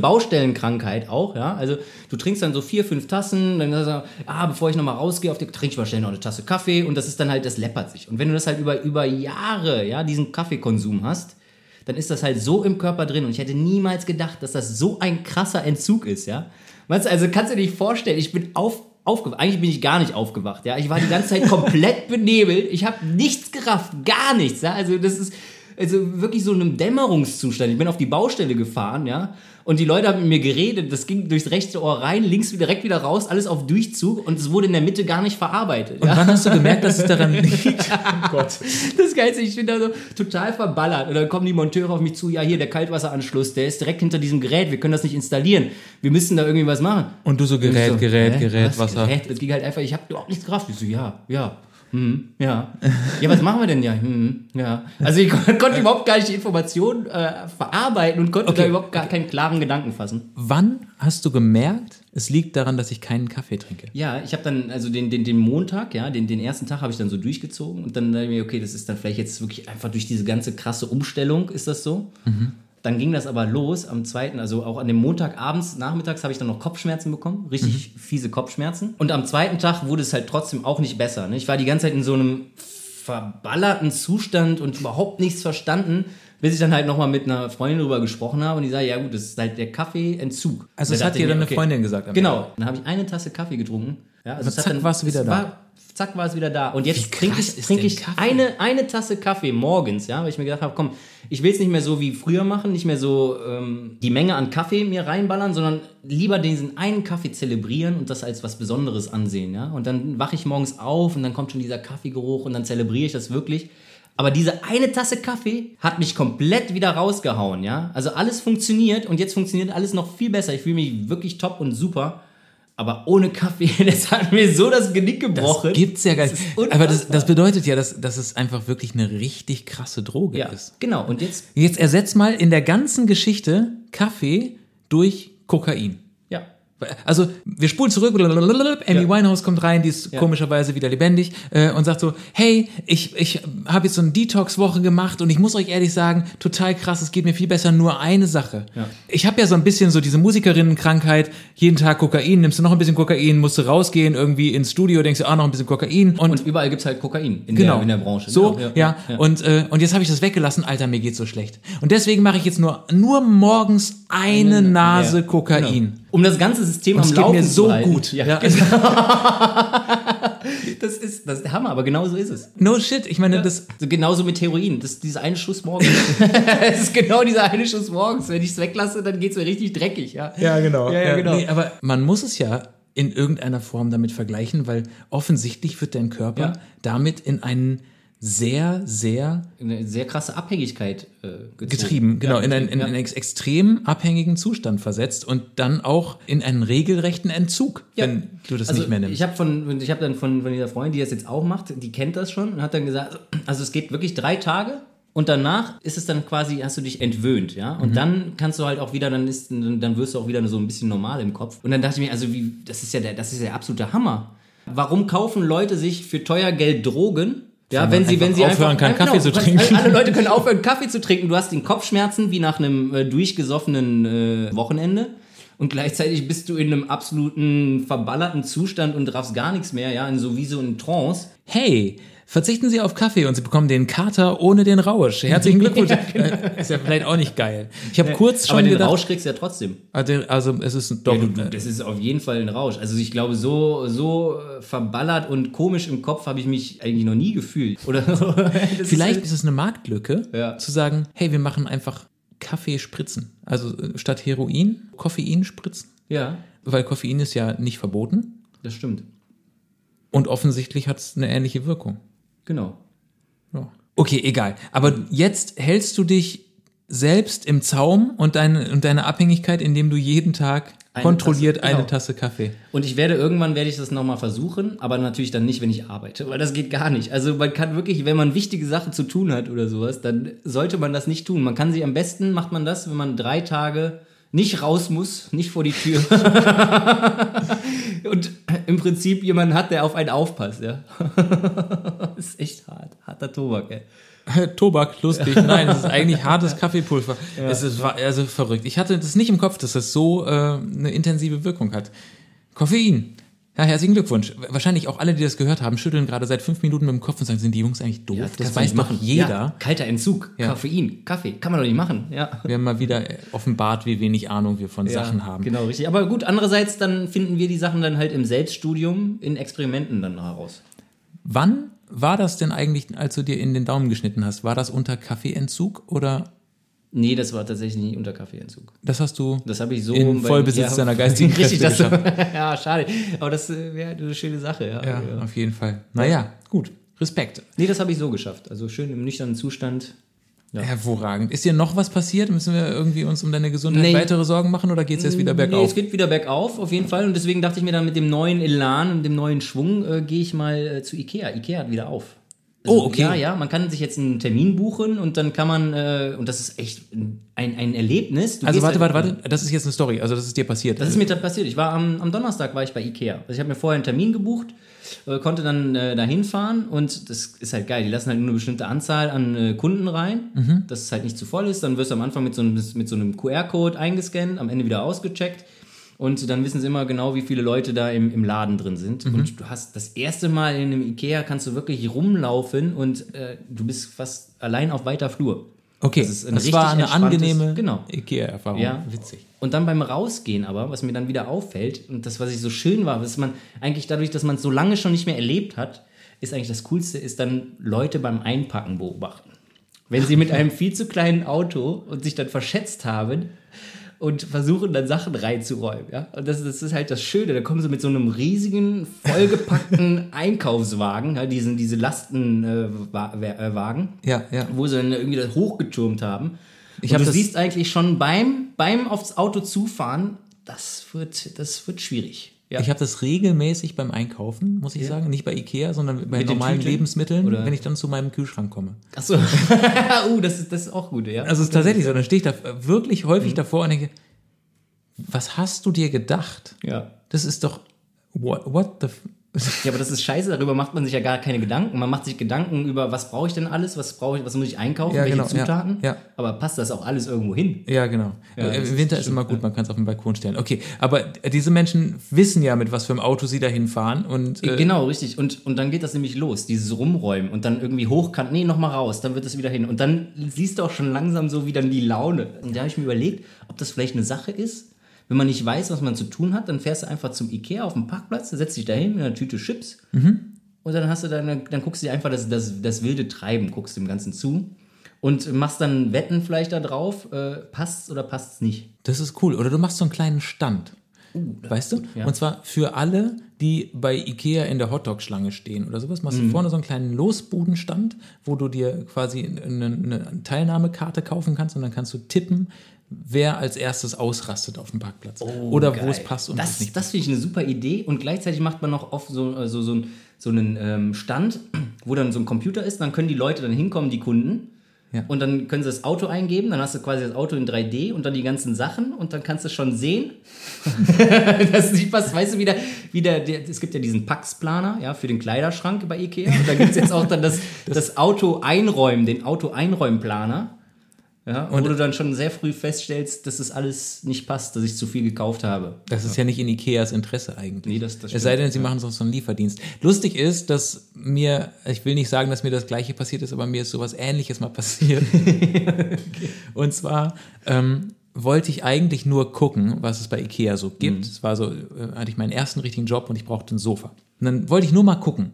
Baustellenkrankheit auch, ja. Also du trinkst dann so vier, fünf Tassen, dann sagst du, ah, bevor ich nochmal rausgehe, auf die, trink ich mal schnell noch eine Tasse Kaffee und das ist dann halt, das läppert sich. Und wenn du das halt über, über Jahre, ja, diesen Kaffeekonsum hast, dann ist das halt so im Körper drin. Und ich hätte niemals gedacht, dass das so ein krasser Entzug ist, ja. Meinst du, also kannst du dir nicht vorstellen, ich bin auf, aufgewacht. Eigentlich bin ich gar nicht aufgewacht, ja. Ich war die ganze Zeit komplett benebelt. Ich habe nichts gerafft, gar nichts, ja. Also das ist, also wirklich so in einem Dämmerungszustand. Ich bin auf die Baustelle gefahren, ja. Und die Leute haben mit mir geredet. Das ging durchs rechte Ohr rein, links wieder- direkt wieder raus, alles auf Durchzug. Und es wurde in der Mitte gar nicht verarbeitet, ja.
Wann hast du gemerkt, dass es daran liegt? Oh Gott.
Das Geilste, ich bin da so total verballert. Und dann kommen die Monteure auf mich zu, ja hier, der Kaltwasseranschluss, der ist direkt hinter diesem Gerät, wir können das nicht installieren. Wir müssen da irgendwie was machen.
Und du so Gerät,
so,
Gerät,
hä?
Gerät,
was,
Wasser.
Gerät? Es ging halt einfach, ich habe überhaupt nichts gerafft. Ich so, ja, ja. Hm, ja. Ja, was machen wir denn ja? Hm, ja. Also ich kon konnte überhaupt gar nicht die Informationen äh, verarbeiten und konnte da überhaupt gar keinen klaren Gedanken fassen.
Wann hast du gemerkt, es liegt daran, dass ich keinen Kaffee trinke?
Ja, ich habe dann, also den, den, den Montag, ja, den, den ersten Tag habe ich dann so durchgezogen und dann dachte ich mir, okay, das ist dann vielleicht jetzt wirklich einfach durch diese ganze krasse Umstellung, ist das so?
Mhm.
Dann ging das aber los am zweiten, also auch an dem Montag abends, nachmittags habe ich dann noch Kopfschmerzen bekommen, richtig
Mhm.
fiese Kopfschmerzen. Und am zweiten Tag wurde es halt trotzdem auch nicht besser. Ne? Ich war die ganze Zeit in so einem verballerten Zustand und überhaupt nichts verstanden, bis ich dann halt nochmal mit einer Freundin drüber gesprochen habe und die sage, ja gut, das ist halt der Kaffeeentzug.
Also
Da
es hat
dachte
dir
ich mir,
deine Freundin gesagt am
Genau. Dann habe ich eine Tasse Kaffee getrunken. Ja, also es hat
zack
dann-
warst du wieder
es
da.
War, zack war es wieder da. Und jetzt
krass
trinke ich,
ist
trinke
denn
ich
Kaffee?
eine, eine Tasse Kaffee morgens, ja, weil ich mir gedacht habe, komm, ich will es nicht mehr so wie früher machen, nicht mehr so ähm, die Menge an Kaffee mir reinballern, sondern lieber diesen einen Kaffee zelebrieren und das als was Besonderes ansehen, ja. Und dann wache ich morgens auf und dann kommt schon dieser Kaffeegeruch und dann zelebriere ich das wirklich. Aber diese eine Tasse Kaffee hat mich komplett wieder rausgehauen, ja. Also alles funktioniert und jetzt funktioniert alles noch viel besser. Ich fühle mich wirklich top und super. Aber ohne Kaffee, das hat mir so das Genick gebrochen.
Das gibt's ja gar nicht.
Das ist
Aber das, das
unfassbar.
bedeutet ja, dass, dass es einfach wirklich eine richtig krasse Droge
ja,
ist.
genau. Und jetzt,
Jetzt ersetzt mal in der ganzen Geschichte Kaffee durch Kokain.
ja,
Also, wir spulen zurück, blablabla, Amy
Ja.
Winehouse kommt rein, die ist
Ja.
komischerweise wieder lebendig äh, und sagt so, hey, ich, ich habe jetzt so eine Detox-Woche gemacht und ich muss euch ehrlich sagen, total krass, es geht mir viel besser, nur eine Sache.
Ja.
Ich habe ja so ein bisschen so diese Musikerinnenkrankheit, jeden Tag Kokain, nimmst du noch ein bisschen Kokain, musst du rausgehen irgendwie ins Studio, denkst du, ah, noch ein bisschen Kokain und,
Und überall gibt's halt Kokain in,
genau.
der, in der Branche.
So,
Genau,
ja. Und, äh, und jetzt habe ich das weggelassen, Alter, mir geht's so schlecht. Und deswegen mache ich jetzt nur, nur morgens eine Nase
Ja,
Kokain.
Genau. Um das ganze System
Und
am
es geht
Laufen
mir so
zu halten.
gut.
Ja,
Ja.
Genau. das ist das ist der Hammer, aber genau so ist es.
No shit, ich meine, das
Also genauso mit Heroin, das dieser eine Schuss morgens. Es ist genau dieser eine Schuss morgens. Wenn ich es weglasse, dann geht's mir richtig dreckig, ja.
Ja, genau.
Ja, ja, genau.
Nee, aber man muss es ja in irgendeiner Form damit vergleichen, weil offensichtlich wird dein Körper
Ja.
damit in einen sehr, sehr
Eine sehr krasse Abhängigkeit äh, gezogen.
getrieben, genau,
Ja,
in einen, in
ja.
einen ex extrem abhängigen Zustand versetzt und dann auch in einen regelrechten Entzug,
Ja.
wenn du das
also
nicht mehr nimmst.
Ich habe von, ich habe dann von, von dieser Freundin, die das jetzt auch macht, die kennt das schon und hat dann gesagt, also es geht wirklich drei Tage und danach ist es dann quasi, hast du dich entwöhnt, ja?
Mhm.
Und dann kannst du halt auch wieder, dann ist, dann dann wirst du auch wieder so ein bisschen normal im Kopf. Und dann dachte ich mir, also wie, das ist ja der, das ist ja der absolute Hammer. Warum kaufen Leute sich für teuer Geld Drogen? Ja,
man
wenn sie, wenn
einfach
sie
aufhören
einfach,
kann,
Ja,
Kaffee zu
was-
trinken.
Alle Leute können aufhören, Kaffee zu trinken. Du hast den Kopfschmerzen wie nach einem äh, durchgesoffenen äh, Wochenende. Und gleichzeitig bist du in einem absoluten verballerten Zustand und raffst gar nichts mehr, ja, in so wie so in Trance.
hey, verzichten Sie auf Kaffee und Sie bekommen den Kater ohne den Rausch. Herzlichen Glückwunsch. Äh, Ist ja vielleicht auch nicht geil. Ich habe kurz schon
Aber den
gedacht,
Rausch kriegst du ja trotzdem.
also also es ist doch,
Ja, du, du, das ist auf jeden Fall ein Rausch. Also ich glaube, so, so äh, verballert und komisch im Kopf habe ich mich eigentlich noch nie gefühlt. Oder Das
Vielleicht
Ist,
ist es eine Marktlücke,
Ja.
zu sagen, hey, wir machen einfach Kaffeespritzen. Also äh, statt Heroin, Koffein spritzen.
ja,
Weil Koffein ist ja nicht verboten.
das stimmt.
Und offensichtlich hat es eine ähnliche Wirkung.
Genau.
Ja. Okay, egal. Aber jetzt hältst du dich selbst im Zaum und deine, und deine Abhängigkeit, indem du jeden Tag
Eine
kontrolliert
Tasse, genau.
eine Tasse Kaffee.
Und ich werde irgendwann werde ich das nochmal versuchen, aber natürlich dann nicht, wenn ich arbeite, weil das geht gar nicht. Also man kann wirklich, wenn man wichtige Sachen zu tun hat oder sowas, dann sollte man das nicht tun. Man kann sie am besten macht man das, wenn man drei Tage nicht raus muss, nicht vor die Tür. Und im Prinzip jemanden hat, der auf einen aufpasst, ja. das ist echt hart. Harter Tobak, ey.
Tobak, lustig. Nein, es ist eigentlich hartes Kaffeepulver. Es ist wa- also verrückt. Ich hatte das nicht im Kopf, dass das so äh, eine intensive Wirkung hat. Koffein. Ja, herzlichen Glückwunsch. W- Wahrscheinlich auch alle, die das gehört haben, schütteln gerade seit fünf Minuten mit dem Kopf und sagen, sind die Jungs eigentlich doof? das
kannst du
weiß
nicht
doch jeder.
Ja, kalter Entzug,
Ja.
Koffein, Kaffee, kann man doch nicht machen, ja.
Wir haben mal wieder äh, offenbart, wie wenig Ahnung wir von Sachen haben.
Genau, richtig. Aber gut, andererseits, dann finden wir die Sachen dann halt im Selbststudium, in Experimenten dann heraus.
Wann war das denn eigentlich, als du dir in den Daumen geschnitten hast? War das unter Kaffeeentzug oder
Nee, das war tatsächlich nicht unter Kaffeeentzug.
das hast du
Das habe ich so
in
bei-
Vollbesitz
ja,
deiner geistigen Kräfte
richtig, das,
geschafft?
Ja, schade. Aber das äh, wäre eine schöne Sache, ja.
Ja,
ja.
auf jeden Fall. Naja, gut. Respekt.
Nee, das habe ich so geschafft. Also schön im nüchternen Zustand.
Hervorragend. Ist dir noch was passiert? Müssen wir irgendwie uns um deine Gesundheit
Nee.
weitere Sorgen machen oder geht's jetzt wieder
Nee, es
bergauf?
geht wieder bergauf, auf jeden Fall. Und deswegen dachte ich mir dann mit dem neuen Elan und dem neuen Schwung äh, gehe ich mal äh, zu Ikea. Ikea hat wieder auf. Also,
Oh, okay.
Ja, ja, man kann sich jetzt einen Termin buchen und dann kann man, äh, und das ist echt ein, ein Erlebnis. Du
also warte,
gehst halt-
warte, warte. Das ist jetzt eine Story. Also das ist dir passiert.
Das ist mir da passiert. Ich war am, am Donnerstag war ich bei Ikea. Also ich habe mir vorher einen Termin gebucht, äh, konnte dann äh, dahin fahren und das ist halt geil. Die lassen halt nur eine bestimmte Anzahl an äh, Kunden rein, dass es halt nicht zu voll ist. Dann wirst du am Anfang mit so einem, mit so einem QR-Code eingescannt, am Ende wieder ausgecheckt. Und dann wissen sie immer genau, wie viele Leute da im, im Laden drin sind. Und du hast das erste Mal in einem Ikea kannst du wirklich rumlaufen und äh, du bist fast allein auf weiter Flur.
okay,
das
das,
ist ein richtig
war eine
entspanntes-
angenehme
Genau.
Ikea-Erfahrung.
Ja.
Witzig.
Und dann beim Rausgehen aber, was mir dann wieder auffällt und das, was ich so schön war, was man eigentlich dadurch, dass man es so lange schon nicht mehr erlebt hat, ist eigentlich das Coolste, ist dann Leute beim Einpacken beobachten. Wenn sie mit einem viel zu kleinen Auto und sich dann verschätzt haben und versuchen dann Sachen reinzuräumen. Ja? Und das, das ist halt das Schöne. Da kommen sie mit so einem riesigen, vollgepackten Einkaufswagen, ja, diesen, diese Lastenwagen. Äh, Wa- Wa- äh, Wagen
Ja, ja.
wo sie dann irgendwie das hochgetürmt haben.
Ich
und
hab
du
das-
siehst eigentlich schon beim, beim aufs Auto zufahren, das wird, das wird schwierig. Ja.
Ich habe das regelmäßig beim Einkaufen, muss ich
Ja.
sagen. Nicht bei Ikea, sondern bei
Mit den
normalen
Tüten?
Lebensmitteln,
Oder-
wenn ich dann zu meinem Kühlschrank komme.
Achso. uh, das ist, das ist auch gut, ja.
Also es ist tatsächlich so, dann stehe ich da äh, wirklich häufig
Mhm.
davor und denke, was hast du dir gedacht?
ja.
Das ist doch, what, what the... f-
Ja, aber das ist scheiße, darüber macht man sich ja gar keine Gedanken. Man macht sich Gedanken über, was brauche ich denn alles, was brauche ich, was muss ich einkaufen,
Ja,
welche
genau, ja,
Zutaten.
ja.
Aber passt das auch alles irgendwo hin?
Ja, genau.
Ja,
Äh,
das
Im Winter
ist
ist immer gut, man kann es auf den Balkon stellen. Okay, aber äh, diese Menschen wissen ja, mit was für einem Auto sie dahin fahren und äh,
Genau, richtig. Und, und dann geht das nämlich los, dieses Rumräumen und dann irgendwie hochkant, nee, nochmal raus, dann wird das wieder hin. Und dann siehst du auch schon langsam so wieder die Laune. Und da habe ich mir überlegt, ob das vielleicht eine Sache ist. Wenn man nicht weiß, was man zu tun hat, dann fährst du einfach zum Ikea auf den Parkplatz, setzt dich dahin mit einer Tüte Chips und dann hast du dann, dann guckst du dir einfach das, das, das wilde Treiben, guckst dem Ganzen zu und machst dann Wetten vielleicht da drauf, äh, passt's oder passt's nicht.
Das ist cool. Oder du machst so einen kleinen Stand.
Uh,
weißt du?
ja.
Und zwar für alle, die bei Ikea in der Hotdog-Schlange stehen oder sowas.
Mhm.
Machst du vorne so einen kleinen Losbudenstand, wo du dir quasi eine, eine Teilnahmekarte kaufen kannst und dann kannst du tippen, wer als erstes ausrastet auf dem Parkplatz. oder wo es passt und
Oh, das,
was nicht.
das finde ich eine super Idee und gleichzeitig macht man noch oft so, äh, so, so, ein- so einen ähm, Stand, wo dann so ein Computer ist, dann können die Leute dann hinkommen, die Kunden.
Ja.
Und dann können sie das Auto eingeben, dann hast du quasi das Auto in 3D und dann die ganzen Sachen und dann kannst du schon sehen, dass nicht passt. Weißt du, wieder, wieder der, es gibt ja diesen Pax-Planer ja, für den Kleiderschrank bei Ikea. Und da gibt es jetzt auch dann das, das Auto einräumen, den Auto-Einräumen-Planer. Ja, wo du dann schon sehr früh feststellst, dass das alles nicht passt, dass ich zu viel gekauft habe.
Das ist ja nicht in Ikeas Interesse eigentlich.
Nee, das- das
es sei
stimmt,
denn, sie machen es auf so einen Lieferdienst. Lustig ist, dass mir, ich will nicht sagen, dass mir das Gleiche passiert ist, aber mir ist sowas Ähnliches mal passiert. Und zwar ähm, wollte ich eigentlich nur gucken, was es bei Ikea so
Mhm.
gibt. Es war so, äh, hatte ich meinen ersten richtigen Job und ich brauchte ein Sofa. Und dann wollte ich nur mal gucken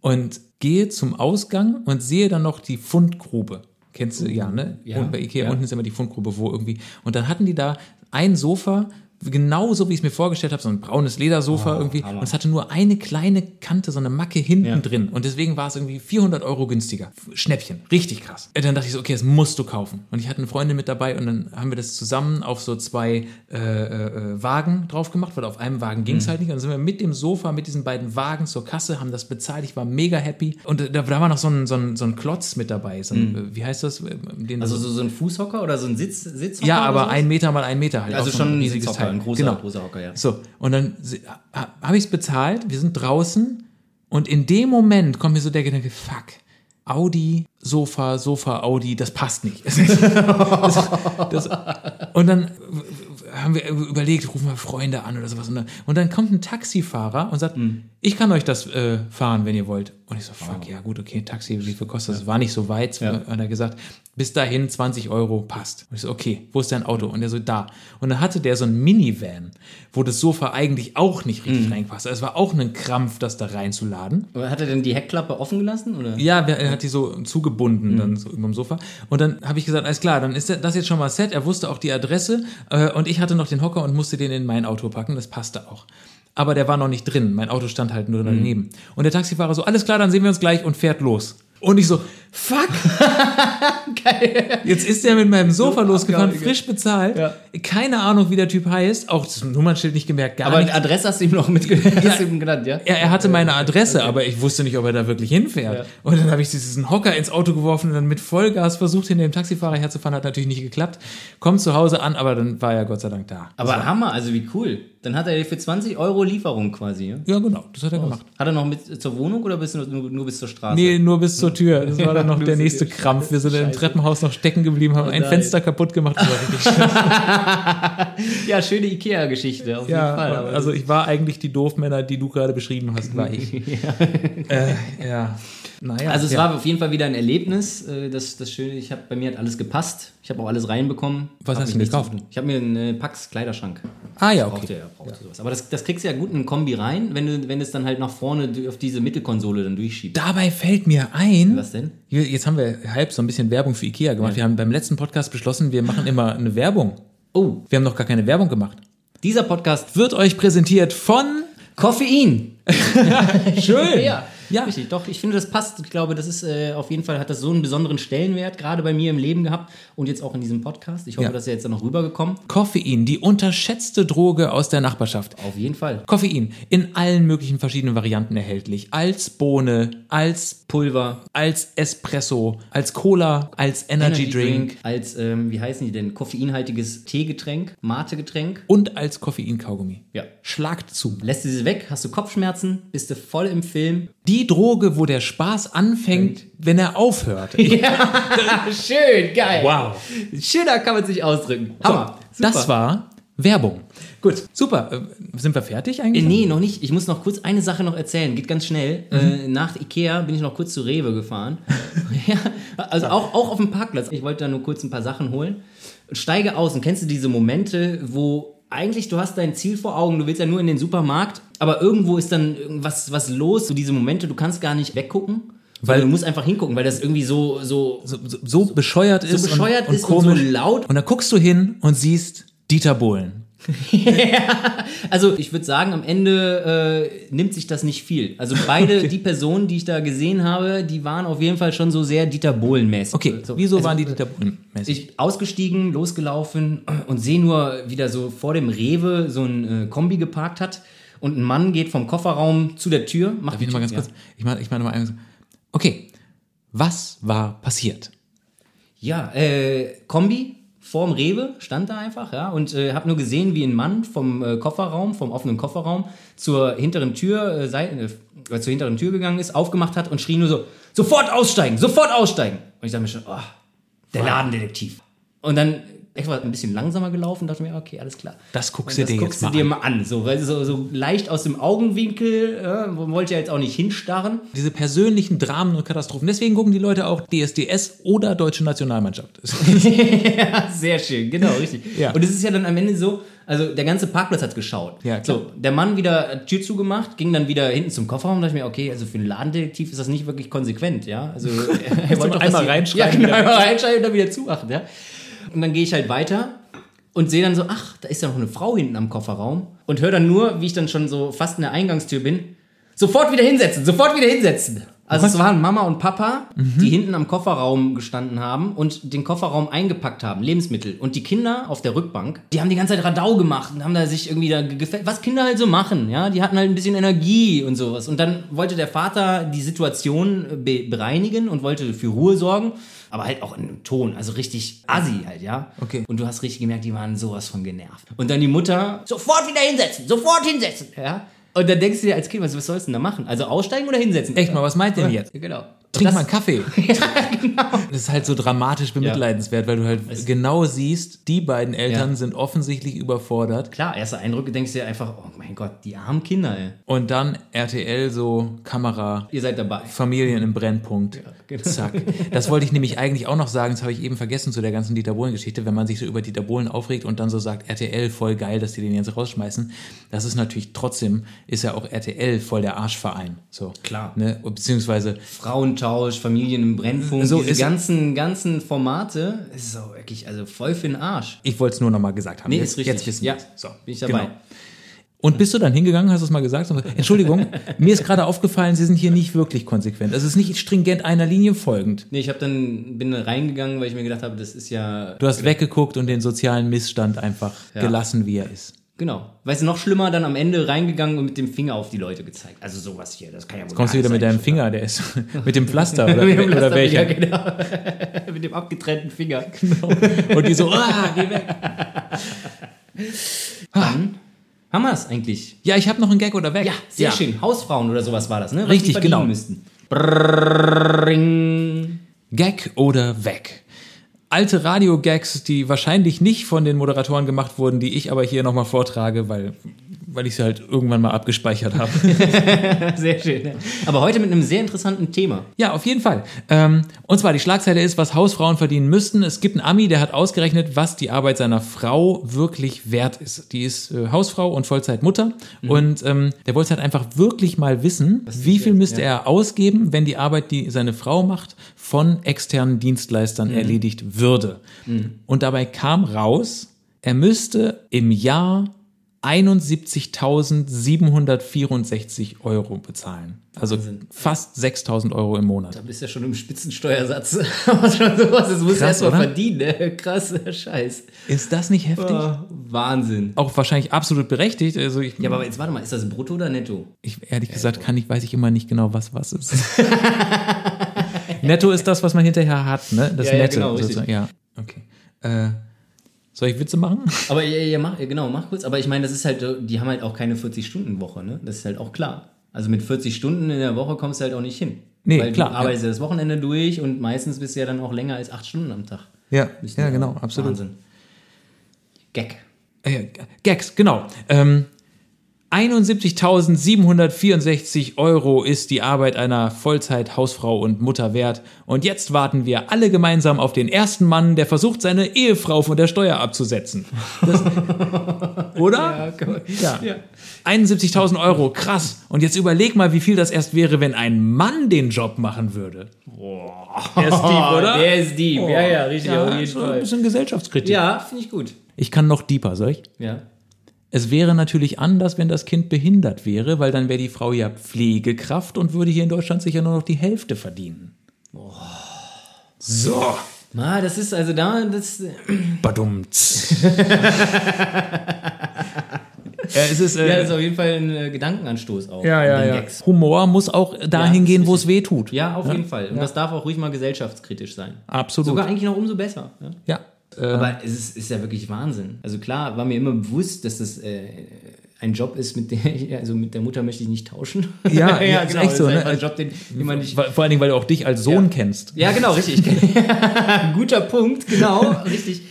und gehe zum Ausgang und sehe dann noch die Fundgrube. Kennst du ja, ne?
Oh, Ja,
und bei Ikea
ja.
unten ist immer die Fundgrube, wo irgendwie. Und dann hatten die da ein Sofa, genauso wie ich es mir vorgestellt habe, so ein braunes Ledersofa irgendwie.
Ah, Hammer.
Und es hatte nur eine kleine Kante, so eine Macke hinten
Ja.
drin. Und deswegen war es irgendwie 400 Euro günstiger. Schnäppchen, richtig krass. Äh, Dann dachte ich so, okay, das musst du kaufen. Und ich hatte eine Freundin mit dabei und dann haben wir das zusammen auf so zwei äh, äh, äh, Wagen drauf gemacht, weil auf einem Wagen ging es
Mhm.
halt nicht. Und dann sind wir mit dem Sofa, mit diesen beiden Wagen zur Kasse, haben das bezahlt. Ich war mega happy. Und äh, da, da war noch so ein, so, ein, so ein Klotz mit dabei. So ein, äh, Wie heißt das? Äh, Den
Mhm. Also so, so ein Fußhocker oder so ein Sitz, Sitzhocker?
ja, aber
oder sowas?
ein Meter mal ein Meter halt.
Also
Auch so
schon ein
riesiges
Sitzhocker,
Teil. Genau.
ein großer- großer Hocker, ja.
So, und dann habe ich es bezahlt, wir sind draußen und in dem Moment kommt mir so der Gedanke, fuck, Audi, Sofa, Sofa, Audi, das passt nicht. das, und dann äh, haben wir überlegt, rufen wir Freunde an oder sowas. Und dann, und dann kommt ein Taxifahrer und sagt, ich kann euch das äh, fahren, wenn ihr wollt. Und ich so, fuck, ja gut, okay, Taxi, wie viel kostet das? War nicht so weit.
Ja.
Und er gesagt, bis dahin 20 Euro passt. Und ich so, okay, wo ist dein Auto? Und er so, da. Und dann hatte der so ein Minivan, wo das Sofa eigentlich auch nicht richtig reingepasst hat. Es war auch ein Krampf, das da reinzuladen.
Oder Hat er denn die Heckklappe offen gelassen? Oder? Mhm.
Ja, wer- er hat die so zugebunden dann so über dem Sofa. Und dann habe ich gesagt, alles klar, dann ist das jetzt schon mal set. Er wusste auch die Adresse äh, und ich hatte noch den Hocker und musste den in mein Auto packen. Das passte auch. Aber der war noch nicht drin. Mein Auto stand halt nur daneben.
Mhm.
Und der Taxifahrer so, alles klar, dann sehen wir uns gleich und fährt los. Und ich so, fuck. Jetzt ist er mit meinem Sofa losgefahren,
abgehauen,
frisch bezahlt.
Ja.
Keine Ahnung, wie der Typ heißt. Auch das Nummernschild nicht gemerkt, gar
Aber
nichts.
Ah, die Adresse hast du ihm noch mitgenannt, hast du ihm genannt, ja?
Er, er hatte meine Adresse, aber ich wusste nicht, ob er da wirklich hinfährt.
Äh, Ja.
Und dann habe ich diesen Hocker ins Auto geworfen und dann mit Vollgas versucht, hinter dem Taxifahrer herzufahren. Hat natürlich nicht geklappt. Kommt zu Hause an, aber dann war er Gott sei Dank da.
Aber Hammer, also wie cool. Dann hat er dir für 20 Euro Lieferung quasi, ja?
Ja, genau, das hat er gemacht.
Hat er noch mit zur Wohnung oder bist du nur, nur bis zur Straße?
Nee, nur bis zur Tür. Das war dann noch
Nur
der
zur
nächste
Tür.
Krampf. Wir sind im
Scheiße. Oh
Treppenhaus noch stecken geblieben, haben ein
nein.
Fenster kaputt gemacht. Das war richtig schlimm.
Ja, schöne Ikea-Geschichte, auf
ja,
jeden Fall. aber
also ich war eigentlich die Doofmänner, die du gerade beschrieben hast, war ich. ja. Äh, ja. Naja.
Also es
ja.
war auf jeden Fall wieder ein Erlebnis. äh, Das, das Schöne, ich hab, bei mir hat alles gepasst. Ich habe auch alles reinbekommen.
Was
Hab
hast
mich
du denn
nicht
gekauft?
zu- Ich habe mir einen äh, Pax Kleiderschrank.
Ah ja,
Braucht
okay.
ihr ja, braucht ihr sowas. Aber das, das kriegst du ja gut in einen Kombi rein, wenn du, wenn es dann halt nach vorne du- auf diese Mittelkonsole dann durchschiebst.
Dabei fällt mir ein.
Was denn?
Hier, Jetzt haben wir halb so ein bisschen Werbung für Ikea gemacht. Wir haben beim letzten Podcast beschlossen, wir machen immer eine Werbung.
Oh,
Wir haben noch gar keine Werbung gemacht.
dieser Podcast
Wird euch präsentiert von
Koffein.
Schön.
Ja.
Ja.
richtig. Doch, ich finde, das passt. Ich glaube, das ist äh, auf jeden Fall hat das so einen besonderen Stellenwert, gerade bei mir im Leben gehabt und jetzt auch in diesem Podcast. Ich hoffe,
Ja.
das ist jetzt dann noch rübergekommen.
Koffein, die unterschätzte Droge aus der Nachbarschaft.
Auf jeden Fall.
Koffein in allen möglichen verschiedenen Varianten erhältlich. Als Bohne, als
Pulver,
als Espresso, als Cola, als Energy, Drink,
als ähm, wie heißen die denn? Koffeinhaltiges Teegetränk, Mategetränk.
und als Koffeinkaugummi.
Ja.
Schlagt zu.
Lässt du sie weg, hast du Kopfschmerzen, bist du voll im Film.
Die Droge, wo der Spaß anfängt, wenn er aufhört.
Schön, geil.
Wow.
Schöner kann man es nicht ausdrücken. Hammer.
So, das war Werbung. Gut, super. Äh, Sind wir fertig eigentlich?
Äh, Nee, noch nicht. Ich muss noch kurz eine Sache noch erzählen. Geht ganz schnell. Äh,
Mhm.
nach Ikea bin ich noch kurz zu Rewe gefahren. ja, also auch, auch auf dem Parkplatz. Ich wollte da nur kurz ein paar Sachen holen. Steige aus und kennst du diese Momente, wo eigentlich du hast dein Ziel vor Augen, du willst ja nur in den Supermarkt, aber irgendwo ist dann irgendwas was los. So diese Momente, du kannst gar nicht weggucken. Weil
Weil-
du musst einfach hingucken, weil das irgendwie so, so
So, so, so bescheuert ist
bescheuert
und, und
ist und
komisch.
so laut.
Und dann guckst du hin und siehst Dieter Bohlen.
Also ich würde sagen, am Ende äh, nimmt sich das nicht viel. Also beide die Personen, die ich da gesehen habe, die waren auf jeden Fall schon so sehr Dieter Bohlen-mäßig.
Okay,
so,
wieso
also,
waren die Dieter Bohlen mäßig?
Ich ausgestiegen, losgelaufen und sehe nur, wie da so vor dem Rewe so ein äh, Kombi geparkt hat und ein Mann geht vom Kofferraum zu der Tür. Macht
Darf ich nochmal ganz kurz? Ich meine, ich meine mal eins. Okay, was war passiert?
Ja, äh, Kombi vorm Rewe stand da einfach, ja, und äh, habe nur gesehen, wie ein Mann vom äh, Kofferraum, vom offenen Kofferraum zur hinteren Tür, äh, Seite, äh, zur hinteren Tür gegangen ist, aufgemacht hat und schrie nur so: Sofort aussteigen, sofort aussteigen. Und ich dachte mir schon, oh, der Ladendetektiv. Und dann ich war ein bisschen langsamer gelaufen, dachte mir, okay, alles klar.
Das guckst
Und
du dir
guckst
jetzt
du dir
mal an.
mal an, so, weil so, so leicht aus dem Augenwinkel, äh, wollte ja jetzt auch nicht hinstarren.
Diese persönlichen Dramen und Katastrophen. Deswegen gucken die Leute auch DSDS oder Deutsche Nationalmannschaft.
Sehr schön, genau, richtig.
Ja.
Und es ist ja dann am Ende so, also der ganze Parkplatz hat geschaut.
Ja, klar.
so, der Mann wieder äh, Tür zugemacht, ging dann wieder hinten zum Kofferraum und dachte ich mir, okay, also für einen Ladendetektiv ist das nicht wirklich konsequent, ja. Also er
Zum
doch, dass
einmal
die-
reinschreien,
Ja, genau,
wieder-
einmal reinschreien und dann wieder zumachen, ja. Und dann gehe ich halt weiter und sehe dann so, ach, da ist ja noch eine Frau hinten am Kofferraum und höre dann nur, wie ich dann schon so fast in der Eingangstür bin, sofort wieder hinsetzen, sofort wieder hinsetzen. Also es waren Mama und Papa, die hinten am Kofferraum gestanden haben und den Kofferraum eingepackt haben, Lebensmittel. Und die Kinder auf der Rückbank, die haben die ganze Zeit Radau gemacht und haben da sich irgendwie da gefällt, was Kinder halt so machen, ja. Die hatten halt ein bisschen Energie und sowas. Und dann wollte der Vater die Situation äh, be bereinigen und wollte für Ruhe sorgen, aber halt auch in einem Ton, also richtig assi halt, ja.
Okay.
Und du hast richtig gemerkt, die waren sowas von genervt. Und dann die Mutter, sofort wieder hinsetzen, sofort hinsetzen, ja. Und dann denkst du dir als Kind, was, was sollst du denn da machen? Also aussteigen oder hinsetzen?
Echt mal, was meint denn jetzt?
Ja, Genau.
Trink
Das-
mal einen Kaffee.
ja, genau.
Das ist halt so dramatisch bemitleidenswert, weil du halt genau siehst, die beiden Eltern
Ja.
sind offensichtlich überfordert.
Klar, erster Eindruck, denkst du dir einfach, oh mein Gott, die armen Kinder, ey.
Und dann RTL so, Kamera,
Ihr seid dabei.
Familien im Brennpunkt.
genau.
Zack. Das wollte ich nämlich eigentlich auch noch sagen, das habe ich eben vergessen zu der ganzen Dieter Bohlen-Geschichte, wenn man sich so über Dieter Bohlen aufregt und dann so sagt, RTL voll geil, dass die den jetzt rausschmeißen. Das ist natürlich trotzdem, ist ja auch RTL voll der Arschverein. So.
Klar.
Ne? Beziehungsweise
Frauentausch, Familien im Brennpunkt,
So
so diese
ist-
ganzen, ganzen Formate, es ist auch wirklich, also voll für den Arsch.
ich wollte es nur nochmal gesagt haben.
Nee,
jetzt,
ist richtig.
jetzt wissen
ja,
wir's.
so, bin ich dabei.
Genau. Und bist du dann hingegangen, hast du es mal gesagt? und- Entschuldigung, mir ist gerade aufgefallen, Sie sind hier nicht wirklich konsequent. Also es ist nicht stringent einer Linie folgend.
Nee, ich hab dann, bin dann reingegangen, weil ich mir gedacht habe, das ist ja
Du hast weggeguckt und den sozialen Missstand einfach
Genau. Ja.
gelassen, wie er ist.
Genau. Weißt du, noch schlimmer, dann am Ende reingegangen und mit dem Finger auf die Leute gezeigt. Also sowas hier, das kann ja wohl
Kommst du
gar
wieder mit
nicht
deinem
sein.
Finger, der ist mit dem Pflaster oder,
mit dem
oder
Laster- Ja,
welcher.
genau. mit dem abgetrennten Finger. genau.
Und die so, ah, geh weg.
Haben wir es eigentlich?
Ah, Ja, ich habe noch einen Gag oder weg.
Ja, sehr schön. Hausfrauen oder sowas war das, ne? Was
Richtig,
die verdienen
genau.
Müssten. Brrrring.
Gag oder weg. Alte Radio-Gags, die wahrscheinlich nicht von den Moderatoren gemacht wurden, die ich aber hier nochmal vortrage, weil, weil ich sie halt irgendwann mal abgespeichert habe.
Sehr schön. Aber heute mit einem sehr interessanten Thema.
Ja, auf jeden Fall. Ähm, und zwar die Schlagzeile ist, was Hausfrauen verdienen müssten. Es gibt einen Ami, der hat ausgerechnet, was die Arbeit seiner Frau wirklich wert ist. Die ist äh, Hausfrau und Vollzeitmutter. Und ähm, der wollte halt einfach wirklich mal wissen, wie viel müsste er ausgeben, wenn die Arbeit, die seine Frau macht, von externen Dienstleistern erledigt würde. Und dabei kam raus, er müsste im Jahr 71.764 Euro bezahlen. Also
Wahnsinn.
fast 6.000 Euro im Monat.
Du bist ja schon im Spitzensteuersatz. Aber schon sowas, das musst du
Krass,
erstmal
oder?
verdienen. Ne? Krasser Scheiß.
Ist das nicht heftig?
Ah, Wahnsinn.
Auch wahrscheinlich absolut berechtigt. Also ich,
Ja, aber jetzt warte mal, ist das brutto oder netto?
ich ehrlich gesagt kann ich, weiß ich immer nicht genau, was was ist. Netto ist das, was man hinterher hat, ne? Das
Ja, ja,
Nette.
genau, richtig.
sozusagen. ja. Okay. Äh, soll ich Witze machen?
Aber ja, ja, mach, ja, genau, mach kurz. Aber ich meine, das ist halt, äh, die haben halt auch keine 40-Stunden-Woche, ne? Das ist halt auch klar. Also mit 40 Stunden in der Woche kommst du halt auch nicht hin.
Nee,
Weil
klar,
du
ja.
arbeitest ja das Wochenende durch und meistens bist du ja dann auch länger als 8 Stunden am Tag.
Ja,
Bist
ja
du-
genau, absolut.
Wahnsinn. Gag.
Äh, Gags, genau. Ähm, 71.764 Euro ist die Arbeit einer Vollzeit-Hausfrau und Mutter wert. Und jetzt warten wir alle gemeinsam auf den ersten Mann, der versucht, seine Ehefrau von der Steuer abzusetzen. Das, oder? Ja.
Ja.
71.000 Euro, krass. Und jetzt überleg mal, wie viel das erst wäre, wenn ein Mann den Job machen würde. Boah. Der ist deep, oder?
Oh, Der ist deep. Ja, ja, richtig, auf jeden
so Ein
Fall.
bisschen Gesellschaftskritik.
Ja, finde ich gut.
Ich kann noch deeper, soll ich?
Ja.
Es wäre natürlich anders, wenn das Kind behindert wäre, weil dann wäre die Frau ja Pflegekraft und würde hier in Deutschland sicher nur noch die Hälfte verdienen. So,
Ma, das ist also da, das.
badumts. ja, es ist, äh,
Ja, das ist auf jeden Fall ein äh, Gedankenanstoß auch.
ja, ja,
Den
ja.
Gags.
Humor muss auch dahin
Ja,
gehen, wo
richtig.
es weh tut.
Ja, auf jeden Fall. Und das darf auch ruhig mal gesellschaftskritisch sein.
Absolut.
Sogar eigentlich noch umso besser. Ja?
ja. Äh,
Aber es ist, ist ja wirklich Wahnsinn. Also klar, war mir immer bewusst, dass das äh, ein Job ist, mit der ich, also mit der Mutter möchte ich nicht tauschen.
Ja, ja, ist echt so, ne?
Das ist einfach ein Job, den, den man nicht.
vor allen Dingen, weil du auch dich als Sohn kennst.
Ja, genau, richtig. Guter Punkt, genau, richtig.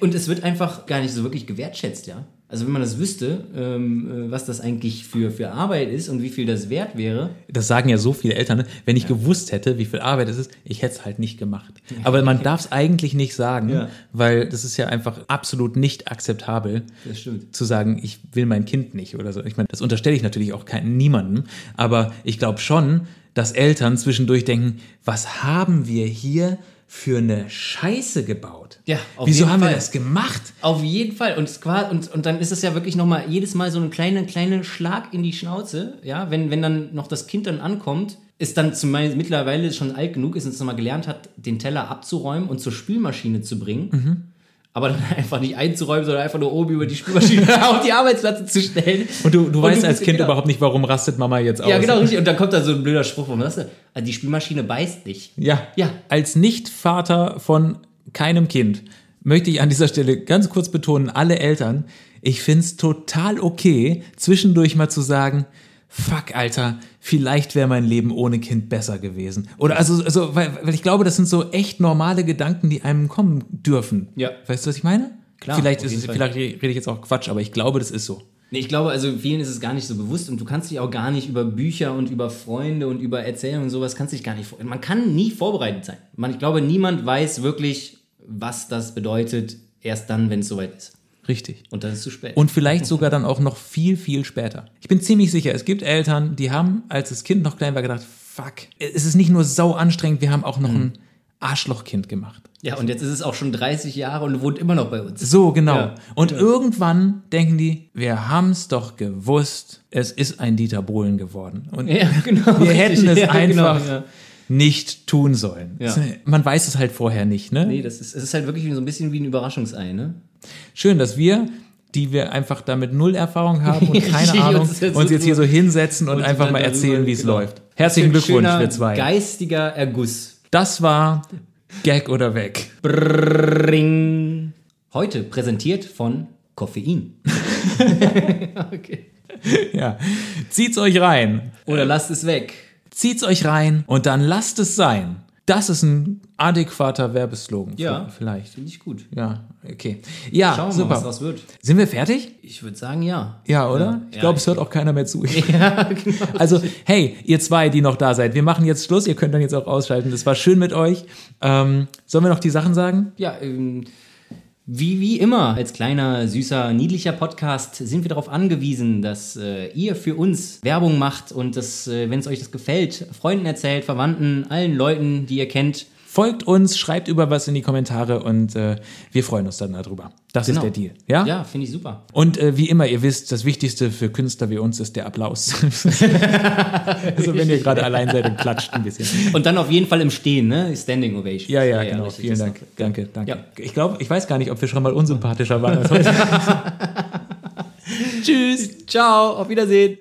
Und es wird einfach gar nicht so wirklich gewertschätzt, ja. Also wenn man das wüsste, ähm, äh, was das eigentlich für, für Arbeit ist und wie viel das wert wäre.
Das sagen ja so viele Eltern. ne? Wenn ich gewusst hätte, wie viel Arbeit es ist, ich hätte es halt nicht gemacht. Aber man darf es eigentlich nicht sagen,
Ja.
weil das ist ja einfach absolut nicht akzeptabel.
Das stimmt.
Zu sagen, ich will mein Kind nicht oder so. Ich meine, das unterstelle ich natürlich auch kein, niemandem. Aber ich glaube schon, dass Eltern zwischendurch denken, was haben wir hier für eine Scheiße gebaut?
Ja, auf
Wieso
jeden
haben wir
Fall.
das gemacht?
Auf jeden Fall. Und, es qua- und, und dann ist es ja wirklich nochmal jedes Mal so ein kleiner, kleiner Schlag in die Schnauze. Ja, wenn, wenn dann noch das Kind dann ankommt, ist dann zumeist mittlerweile schon alt genug ist und es nochmal gelernt hat, den Teller abzuräumen und zur Spülmaschine zu bringen.
Mhm.
Aber dann einfach nicht einzuräumen, sondern einfach nur oben über die Spülmaschine auf die Arbeitsplatte zu stellen.
Und du, du weißt als
bist-
Kind
genau.
überhaupt nicht, warum rastet Mama jetzt aus?
Ja, genau, richtig. Und dann kommt da so ein blöder Spruch von, weißt du, also die Spülmaschine beißt nicht.
Ja.
Ja.
Als Nicht-Vater von keinem Kind möchte ich an dieser Stelle ganz kurz betonen, alle Eltern, ich find's total okay, zwischendurch mal zu sagen, fuck, Alter, vielleicht wäre mein Leben ohne Kind besser gewesen. Oder also, also weil, weil ich glaube, das sind so echt normale Gedanken, die einem kommen dürfen.
Ja.
Weißt du, was ich meine?
Klar,
Vielleicht,
auf
ist,
jeden
es-
Fall.
vielleicht rede ich jetzt auch Quatsch, aber ich glaube, das ist so.
Nee, ich glaube, also vielen ist es gar nicht so bewusst und du kannst dich auch gar nicht über Bücher und über Freunde und über Erzählungen und sowas kannst dich gar nicht vor- Man kann nie vorbereitet sein. Man, ich glaube, niemand weiß wirklich, was das bedeutet, erst dann, wenn es soweit ist.
Richtig.
Und dann ist es zu spät.
Und vielleicht sogar dann auch noch viel, viel später. Ich bin ziemlich sicher, es gibt Eltern, die haben, als das Kind noch klein war, gedacht, fuck, es ist nicht nur sau anstrengend, wir haben auch
Mhm.
noch ein Arschlochkind gemacht.
ja, und jetzt ist es auch schon 30 Jahre und wohnt immer noch bei uns.
So, genau.
Ja.
Und irgendwann denken die, wir haben's doch gewusst, es ist ein Dieter Bohlen geworden. Und
Ja, genau.
wir
richtig.
hätten es
Ja, genau,
einfach
ja.
nicht tun sollen.
Ja.
Man weiß es halt vorher nicht, ne?
Nee, das ist, es ist halt wirklich so ein bisschen wie ein Überraschungsei, ne?
Schön, dass wir, die wir einfach damit null Erfahrung haben und keine
Richtig,
Ahnung,
uns
uns,
jetzt
jetzt hier so hinsetzen und,
und
einfach
dann
mal
darüber-
erzählen, wie es
genau.
läuft. Herzlichen Glückwunsch,
Schöner,
wir zwei.
Geistiger Erguss.
Das war Gag oder Weg.
Brrring. Heute präsentiert von Koffein. okay.
Ja. Zieht's euch rein.
Oder lasst es weg.
Zieht's euch rein und dann lasst es sein. Das ist ein adäquater Werbeslogan.
Ja.
Vielleicht.
Finde ich gut.
Ja, okay. Ja,
Schauen wir mal, was
super.
draus wird.
Sind wir fertig?
Ich würde sagen, ja.
Ja, oder?
Ja. genau.
ich glaube, es hört auch keiner mehr zu. Also, hey, ihr zwei, die noch da seid, wir machen jetzt Schluss. Ihr könnt dann jetzt auch ausschalten. Das war schön mit euch. Ähm, sollen wir noch die Sachen sagen?
Ja, ähm, wie, wie immer, als kleiner, süßer, niedlicher Podcast sind wir darauf angewiesen, dass äh, ihr für uns Werbung macht und dass, äh, wenn es euch das gefällt, Freunden erzählt, Verwandten, allen Leuten, die ihr kennt.
Folgt uns, schreibt über was in die Kommentare und äh, wir freuen uns dann darüber. Das
Genau.
ist der Deal. Ja?
Ja, finde ich super.
Und äh, wie immer, ihr wisst, das Wichtigste für Künstler wie uns ist der Applaus. also wenn ihr gerade allein seid und klatscht ein bisschen.
Und dann auf jeden Fall im Stehen, ne? Standing Ovation.
Ja, ja, genau.
richtig,
Vielen
das
Dank.
noch.
Danke, danke.
Ja.
Ich glaube, ich weiß gar nicht, ob wir schon mal unsympathischer waren als heute. Tschüss.
Ciao, auf Wiedersehen.